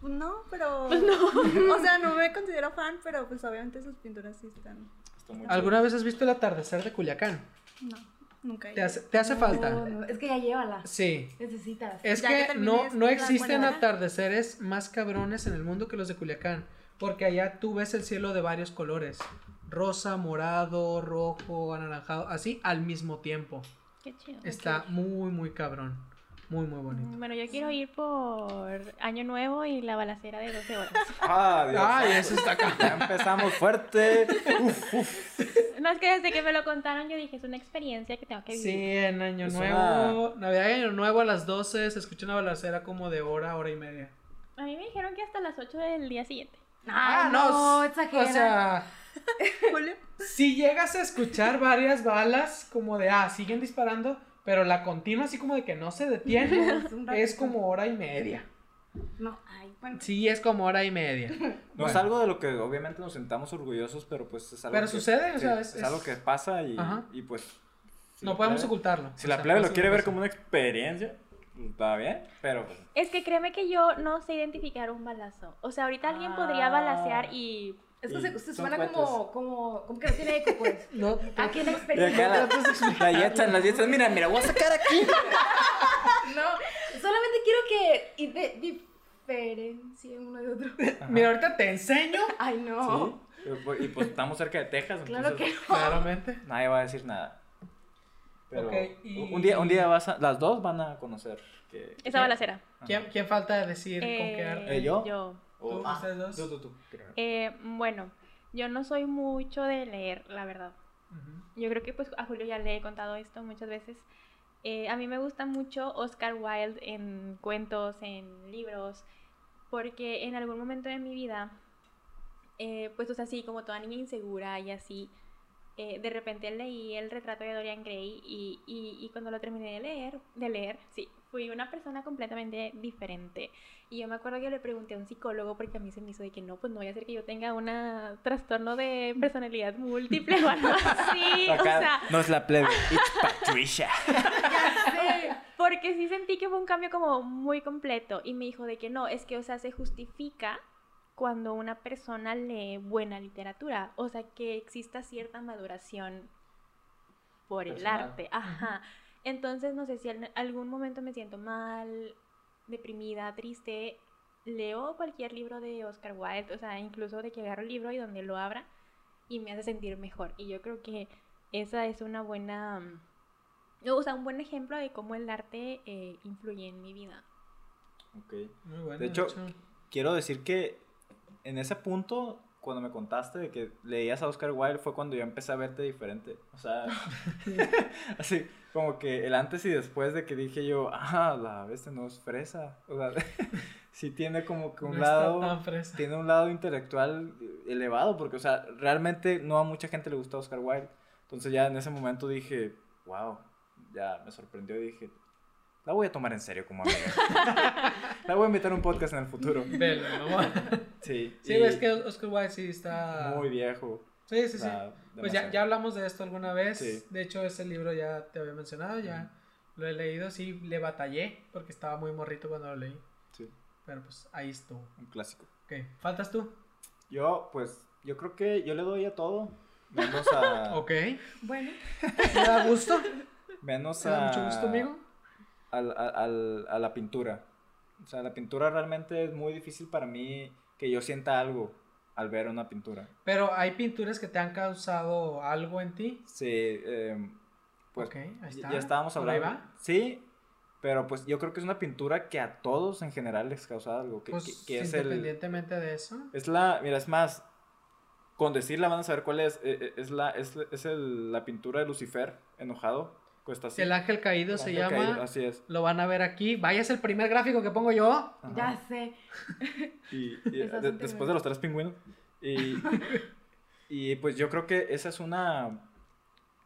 S5: Pues No, pero... no. O sea, no me considero fan, pero pues obviamente sus pinturas sí están...
S2: Está muy
S1: ¿Alguna vez has visto el atardecer de Culiacán?
S5: No, nunca. he
S1: ¿Te
S5: ido.
S1: hace, te hace
S6: No,
S1: falta? Eh,
S6: no, es que ya llévala.
S1: Sí.
S6: Necesitas.
S1: Es
S5: Ya
S1: que,
S5: que terminé
S1: no,
S5: de
S1: no
S5: escuchar,
S1: existen
S5: bueno, ahora-
S1: atardeceres más cabrones en el mundo que los de Culiacán. Porque allá tú ves el cielo de varios colores. Rosa, morado, rojo, anaranjado, así al mismo tiempo.
S3: Qué chido.
S1: Está muy, muy cabrón. Muy, muy bonito.
S3: Mm, Bueno, yo quiero ir por Año Nuevo y la balacera de 12 horas.
S2: Ah, Dios.
S1: Ay,
S2: santo.
S1: eso está acá.
S2: Ya empezamos fuerte. Uf, uf.
S3: No, es que desde que me lo contaron yo dije, es una experiencia que tengo que
S1: Sí,
S3: vivir.
S1: en Año
S2: Es
S1: Nuevo. Navidad y Año Nuevo a las 12 se escucha una balacera como de hora, hora y media.
S3: A mí me dijeron que hasta las 8 del día siguiente.
S6: Ay,
S1: s-
S6: no, exagera.
S1: O ah, sea,
S5: Julio.
S1: Si llegas a escuchar varias balas, como de, ah, siguen disparando, pero la continua así como de que no se detiene, es
S6: un ratito.
S1: como hora y media.
S6: No.
S3: Ay,
S5: Bueno,
S1: Sí, es como hora y media.
S2: No es
S1: Bueno.
S2: algo de lo que obviamente nos sentamos orgullosos, pero pues es algo
S1: Pero
S2: que,
S1: sucede, o
S2: sí,
S1: sea, es-
S2: algo
S1: es-
S2: que pasa y,
S1: Ajá.
S2: y pues... si
S1: No
S2: la
S1: podemos
S2: plebe-
S1: ocultarlo.
S2: Si
S1: O
S2: la
S1: sea,
S2: plebe
S1: eso
S2: lo
S1: no
S2: quiere ver
S1: pasa.
S2: como una experiencia, va bien, pero pues,
S3: Es que créeme que yo no sé identificar un balazo. O sea, ahorita alguien podría
S2: Ah.
S3: balacear y.
S6: Es que
S2: Y
S6: se, se
S2: son
S6: suena como, como, como que no tiene eco, pues.
S1: No,
S6: Aquí en
S2: Y acá
S6: experiencia.
S2: la, la Yetsan, las Yetsan, mira, mira, voy a sacar aquí.
S6: No, solamente quiero que y de- diferencien uno de otro.
S1: mira, ahorita te enseño.
S6: Ay, no.
S2: Sí, y pues- y pues estamos cerca de Texas,
S6: Claro
S2: entonces
S1: Claramente.
S2: nadie va a decir nada. Pero
S1: Ok, y-
S2: un día, un día vas a- las dos van a conocer que...
S3: Esa balacera.
S2: Ajá.
S1: ¿Quién, quién falta decir con qué
S3: Eh,
S1: arte?
S2: ¿Eh, yo?
S3: Yo.
S2: O-
S1: ¿Tú,
S2: ah,
S1: ustedes dos?
S2: Tú, tú, tú, primero.
S3: Eh, bueno, yo no soy mucho de leer, la verdad.
S1: Ujú.
S3: Yo creo que pues a Julio ya le he contado esto muchas veces. Eh, a mí me gusta mucho Oscar Wilde en cuentos, en libros, porque en algún momento de mi vida, eh, pues o sea, así como toda niña insegura y así, eh, de repente leí el retrato de Dorian Gray y, y- y cuando lo terminé de leer, de leer, sí, fui una persona completamente diferente. Y yo me acuerdo que le pregunté a un psicólogo porque a mí se me hizo de que no, pues no voy a hacer que yo tenga un trastorno de personalidad múltiple o algo así. o
S2: Acá
S3: sea,
S2: no es la plebe, it's Patricia.
S3: porque sí sentí que fue un cambio como muy completo y me dijo de que no, es que, o sea, se justifica cuando una persona lee buena literatura, o sea, que exista cierta maduración por el
S2: Personal.
S3: arte, ajá. Entonces, no sé si en algún momento me siento mal, deprimida, triste, leo cualquier libro de Oscar Wilde, o sea, incluso de que agarro el libro y donde lo abra y me hace sentir mejor. Y yo creo que esa es una buena, mm, o sea, un buen ejemplo de cómo el arte eh, influye en mi vida.
S2: Ok.
S1: Muy bueno,
S2: De hecho, quiero decir que en ese punto, cuando me contaste de que leías a Oscar Wilde, fue cuando yo empecé a verte diferente. O sea, así como que el antes y después de que dije yo, ah, la bestia no es fresa. O sea, sí tiene como que un
S1: No está
S2: lado,
S1: tan fresa.
S2: tiene un lado intelectual elevado, porque, o sea, realmente no a mucha gente le gusta Oscar Wilde. Entonces ya en ese momento dije, wow, ya me sorprendió y dije, la voy a tomar en serio como amiga. la voy a invitar a un podcast en el futuro.
S1: Velo, mamá.
S2: Sí,
S1: Sí,
S2: y
S1: ves que Oscar Wilde sí está.
S2: muy viejo.
S1: Sí, sí, sí.
S2: la-
S1: Pues ya,
S2: demasiado.
S1: ya hablamos de esto alguna vez.
S2: Sí.
S1: De hecho, ese libro ya te había mencionado, ya lo he leído. Sí, le batallé porque estaba muy morrito cuando lo leí.
S2: Sí,
S1: Pero pues ahí estuvo.
S2: Mm, un clásico.
S1: Ok, ¿faltas tú?
S2: Yo, pues, yo creo que yo le doy a todo. Menos a.
S1: Ok.
S6: Bueno.
S1: ¿Me da gusto?
S2: Menos
S1: ¿Me da
S2: a.
S1: mucho gusto, amigo?
S2: al- al- al- a la pintura. O sea, la pintura realmente es muy difícil para mí que yo sienta algo al ver una pintura.
S1: Pero hay pinturas que te han causado algo en ti.
S2: Sí, eh, pues
S1: ok, ahí
S2: ya-
S1: está.
S2: ya estábamos
S1: Por ahí
S2: hablando.
S1: va.
S2: Sí, pero pues yo creo que es una pintura que a todos en general les causa algo. Que,
S1: Pues,
S2: que- que es el,
S1: independientemente de eso.
S2: Es la, mira, es más, con decirla van a saber cuál es. eh, eh, Es la, es, es el- la pintura de Lucifer enojado. Cuesta así.
S1: El ángel caído
S2: El
S1: se
S2: ángel
S1: llama.
S2: caído, así es.
S1: Lo van a ver aquí. Vaya, es el primer gráfico que pongo yo.
S2: Ajá.
S6: Ya sé.
S2: Y, y
S6: Es
S2: de-
S6: bastante
S2: después
S6: bueno.
S2: de los tres pingüinos. Y, y pues yo creo que esa es una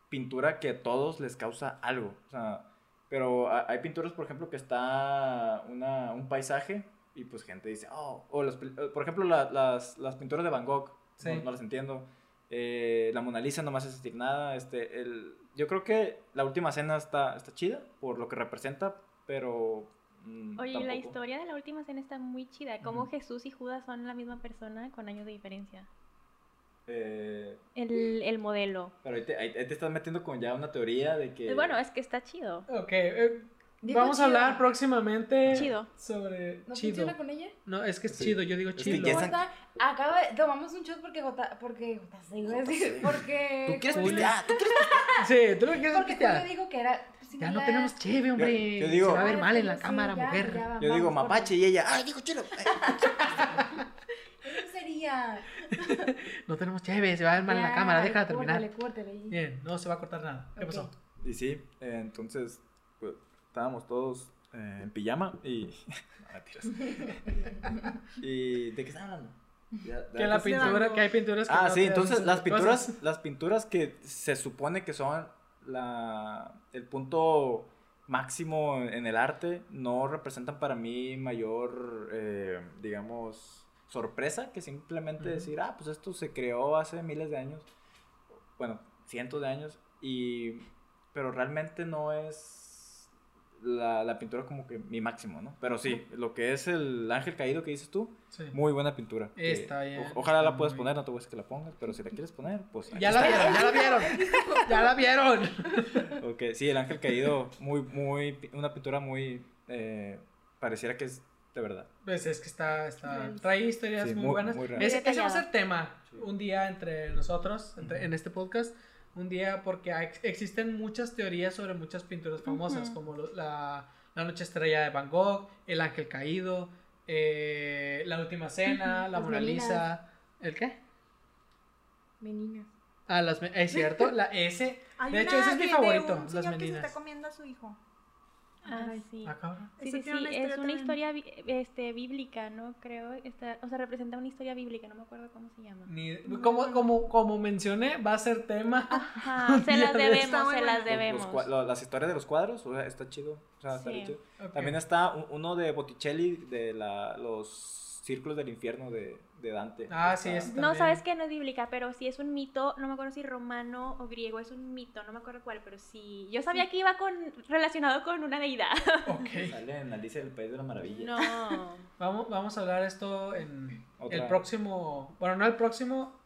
S2: pintura que a todos les causa algo. O sea, pero ha- hay pinturas, por ejemplo, que está una, un paisaje y pues gente dice, oh, o las pel- eh, por ejemplo, la- las, las pinturas de Van Gogh,
S1: Sí.
S2: no, no las entiendo. Eh, la Mona Lisa no me hace sentir nada. Este, el, yo creo que la última cena está, está chida por lo que representa, pero... mm,
S3: Oye, y la
S2: tampoco.
S3: historia de la última cena está muy chida, cómo
S2: Ujú.
S3: Jesús y Judas son la misma persona con años de diferencia. Mm.
S2: Eh,
S3: El, el modelo.
S2: Pero ahí te, ahí- ahí te estás metiendo con ya una teoría de que.
S3: Eh, Bueno, es que está chido.
S1: Ok, eh,
S6: Digo
S1: vamos a
S6: chido.
S1: hablar próximamente
S3: Chido.
S1: sobre
S6: ¿No
S1: chido.
S6: funciona con ella?
S1: No, es que es
S2: Sí.
S1: chido, yo digo
S2: que
S1: chido.
S2: ya están-
S6: Jota, acaba de, tomamos un shot porque Jota, porque Jota, sí, iba a decir, porque...
S8: ¿Tú quieres
S6: Julio-
S8: pistear? Ah, ¿Tú quieres
S1: Sí, tú lo que quieres
S6: Porque Julio
S1: pistear.
S6: dijo que era...
S1: Ya no tenemos cheve, hombre.
S2: Yo- yo digo-
S1: Se va a ver mal en la
S6: Sí,
S1: cámara,
S6: Ah, ya,
S1: mujer.
S6: ya,
S2: Yo digo
S6: vamos,
S2: mapache y ella. ¡Ay!
S8: Ay, dijo chilo.
S6: Jorge. ¿Qué sería?
S1: No tenemos cheve, se va a ver mal en la
S6: Ya,
S1: cámara, déjala terminar.
S6: Córtale, córtale. ahí.
S1: Bien, no se va a cortar nada. ¿Qué
S6: Ok.
S1: pasó?
S2: Y sí, eh, entonces pues, estábamos todos eh, en pijama y. no, mentiras. ¿Y de qué estaban hablando? Ya-
S1: Que la
S2: antes-
S1: pintura, que hay pinturas que
S2: Ah,
S1: no
S2: sí,
S1: te
S2: entonces
S1: hacen
S2: las
S1: cosas.
S2: pinturas, las pinturas que se supone que son la, el punto máximo en el arte no representan para mí mayor, eh, digamos, sorpresa que simplemente
S1: Ujú.
S2: decir, ah, pues esto se creó hace miles de años, bueno, cientos de años, y, pero realmente no es la, la pintura como que mi máximo, ¿no? Pero sí, lo que es el ángel caído que dices tú,
S1: Sí.
S2: muy buena pintura. que
S1: Está bien,
S2: o- ojalá
S1: está
S2: la puedas
S1: muy
S2: poner, no te voy a decir que la pongas, pero si la quieres poner, pues. aquí
S1: Ya la
S2: está.
S1: vieron, ya la vieron. Ya la vieron.
S2: Ok, sí, el ángel caído, muy, muy, pi- una pintura muy, eh, pareciera que es de verdad.
S1: Pues es que está, está trae historias
S2: Sí,
S1: muy,
S2: muy-
S1: buenas.
S2: muy real.
S1: Es-
S3: Muy
S1: ese va a
S3: detallado.
S1: ser tema
S2: Sí.
S1: un día entre nosotros, entre- en este podcast. Un día, porque hay- existen muchas teorías sobre muchas pinturas famosas,
S3: Ujú.
S1: como lo- la, la Noche Estrella de Van Gogh, El Ángel Caído, eh, La Última Cena,
S6: Ujú,
S1: La
S6: las
S1: Mona
S6: meninas.
S1: Lisa. ¿El qué?
S6: Meninas.
S1: Ah, las, me- es cierto, la S.
S5: Hay
S1: De hecho,
S5: una
S1: ese es mi
S5: de
S1: favorito,
S5: un
S1: las
S5: señor que se
S1: meninas.
S5: está comiendo a su hijo.
S3: Ah, sí.
S1: Ah, cabrón.
S3: Sí,
S5: Eso
S3: sí, sí,
S5: tiene una
S3: es
S5: historia
S3: una
S5: también.
S3: historia bi- este, bíblica, ¿no? Creo, está, o sea, representa una historia bíblica, no me acuerdo cómo se llama.
S1: Ni- como, como, como mencioné, va a ser tema.
S3: Ah. Ajá, se las
S1: Está
S3: debemos, se las
S5: buena. Los-
S2: Los- los
S3: debemos.
S2: cua- lo- las historias de los cuadros, o sea, está chido. o sea, está
S3: Sí.
S2: bien chido.
S1: Ok.
S2: También está u- uno de Botticelli, de la, los círculos del infierno de, de Dante.
S1: Ah, sí,
S2: Está-
S1: es-
S3: No,
S1: también.
S3: sabes que no es bíblica, pero sí es un mito, no me acuerdo si romano o griego, es un mito, no me acuerdo cuál, pero sí. Yo sabía que iba con relacionado con una deidad.
S1: Ok.
S2: Sale en Alicia del País de la Maravilla.
S3: No.
S1: Vamos, vamos a hablar esto en
S2: Otra.
S1: el próximo. Bueno, no el próximo.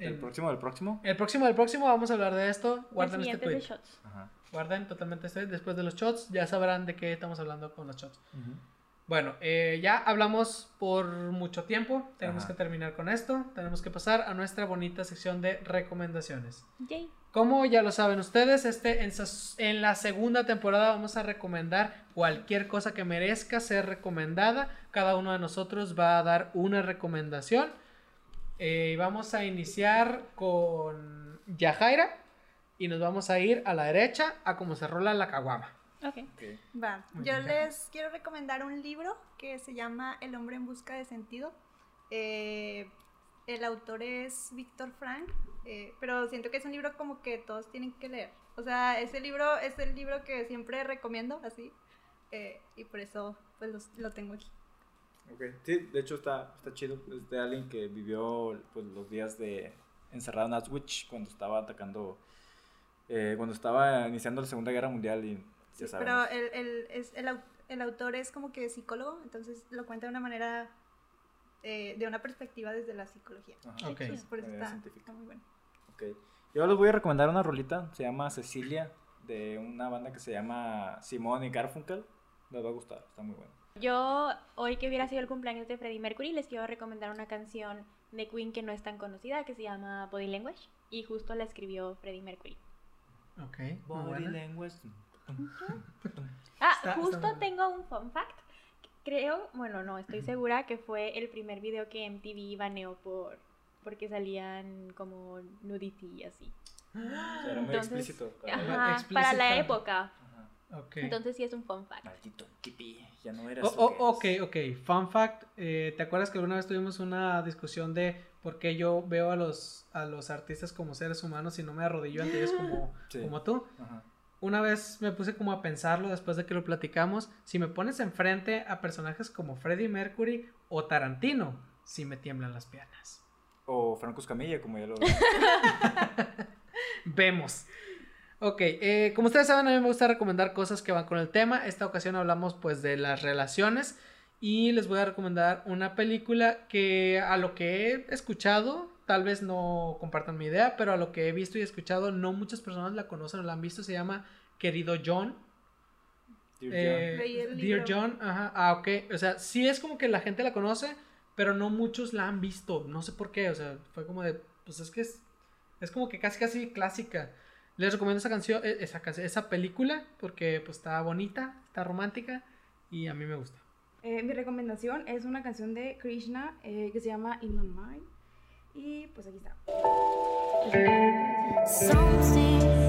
S2: ¿El
S1: en-
S2: próximo, el próximo?
S1: El próximo del próximo vamos a hablar de esto.
S3: El
S1: Guarden este
S3: siguiente es de
S1: tweet.
S3: shots.
S2: Ajá.
S1: Guarden totalmente este. Después de los shots ya sabrán de qué estamos hablando con los shots.
S2: Ujú.
S1: Bueno, eh, ya hablamos por mucho tiempo. Tenemos
S2: Ajá.
S1: que terminar con esto. Tenemos que pasar a nuestra bonita sección de recomendaciones.
S3: Yay.
S1: Como ya lo saben ustedes, este, en, sa- en la segunda temporada vamos a recomendar cualquier cosa que merezca ser recomendada. Cada uno de nosotros va a dar una recomendación. Eh, y vamos a iniciar con Yajaira y nos vamos a ir a la derecha a como se rola la caguama.
S3: Ok.
S2: Ok.
S5: Va.
S1: Muy
S5: Yo
S1: bien.
S5: les quiero recomendar un libro que se llama El hombre en busca de sentido. Eh, el autor es Víctor Frank, eh, pero siento que es un libro como que todos tienen que leer. O sea, ese libro es el libro que siempre recomiendo, así. eh, y por eso pues los- lo tengo aquí.
S2: Ok, sí, de hecho está, está chido. Es de alguien que vivió pues, los días de encerrado en Auschwitz cuando estaba atacando, eh, cuando estaba iniciando la Segunda Guerra Mundial y ya
S5: Sí,
S2: sabes.
S5: pero el, el- es- el au- el autor es como que psicólogo, entonces lo cuenta de una manera, eh, de una perspectiva desde la psicología.
S2: Ajá,
S1: Ok.
S5: Entonces, por eso
S2: Manera
S5: está,
S2: científica.
S5: está muy bueno.
S2: ok. Yo les voy a recomendar una rolita, se llama Cecilia, de una banda que se llama Simón y Garfunkel. Les va a gustar, está muy bueno.
S3: Yo, hoy que hubiera sido el cumpleaños de Freddie Mercury, les quiero recomendar una canción de Queen que no es tan conocida, que se llama Body Language, y justo la escribió Freddie Mercury.
S1: Ok, muy buena.
S2: language.
S3: Ah,
S1: Está- está
S3: justo
S1: muy bueno.
S3: tengo un fun fact. Creo, bueno, no, estoy segura que fue el primer video que MTV baneó por porque salían como nudity y así.
S2: Era muy
S3: Entonces,
S2: explícito. para
S1: ajá.
S2: bailar.
S3: Ajá, para la
S1: explícito.
S3: época.
S2: Ajá.
S1: Ok.
S3: Entonces sí es un fun fact.
S2: Maldito Kipi, ya no eras.
S1: O-
S2: lo
S1: o- ok,
S2: que eres.
S1: ok. Fun fact, eh, ¿te acuerdas que alguna vez tuvimos una discusión de por qué yo veo a los, a los artistas como seres humanos y no me arrodillo ante ellos como,
S2: Sí.
S1: como tú?
S2: Ajá.
S1: Una vez me puse como a pensarlo después de que lo platicamos. Si me pones enfrente a personajes como Freddie Mercury o Tarantino, sí me tiemblan las piernas.
S2: O Franco Escamilla, como ya lo
S1: Vemos. Ok, eh, como ustedes saben, a mí me gusta recomendar cosas que van con el tema. Esta ocasión hablamos pues de las relaciones y les voy a recomendar una película que a lo que he escuchado, tal vez no compartan mi idea, pero a lo que he visto y escuchado, no muchas personas la conocen o la han visto. Se llama Querido John.
S2: Dear
S1: Eh,
S5: Leí el
S1: Dear
S5: libro.
S1: John, ajá, ah, ok. O sea, sí es como que la gente la conoce, pero no muchos la han visto. No sé por qué. O sea, fue como de. Pues es que es. Es como que casi casi clásica. Les recomiendo esa canción, e- esa canción, esa película, porque pues está bonita, está romántica y a mí me gusta.
S6: Eh, mi recomendación es una canción de Krishna eh, que se llama In My Mind. Y pues aquí está.
S9: Something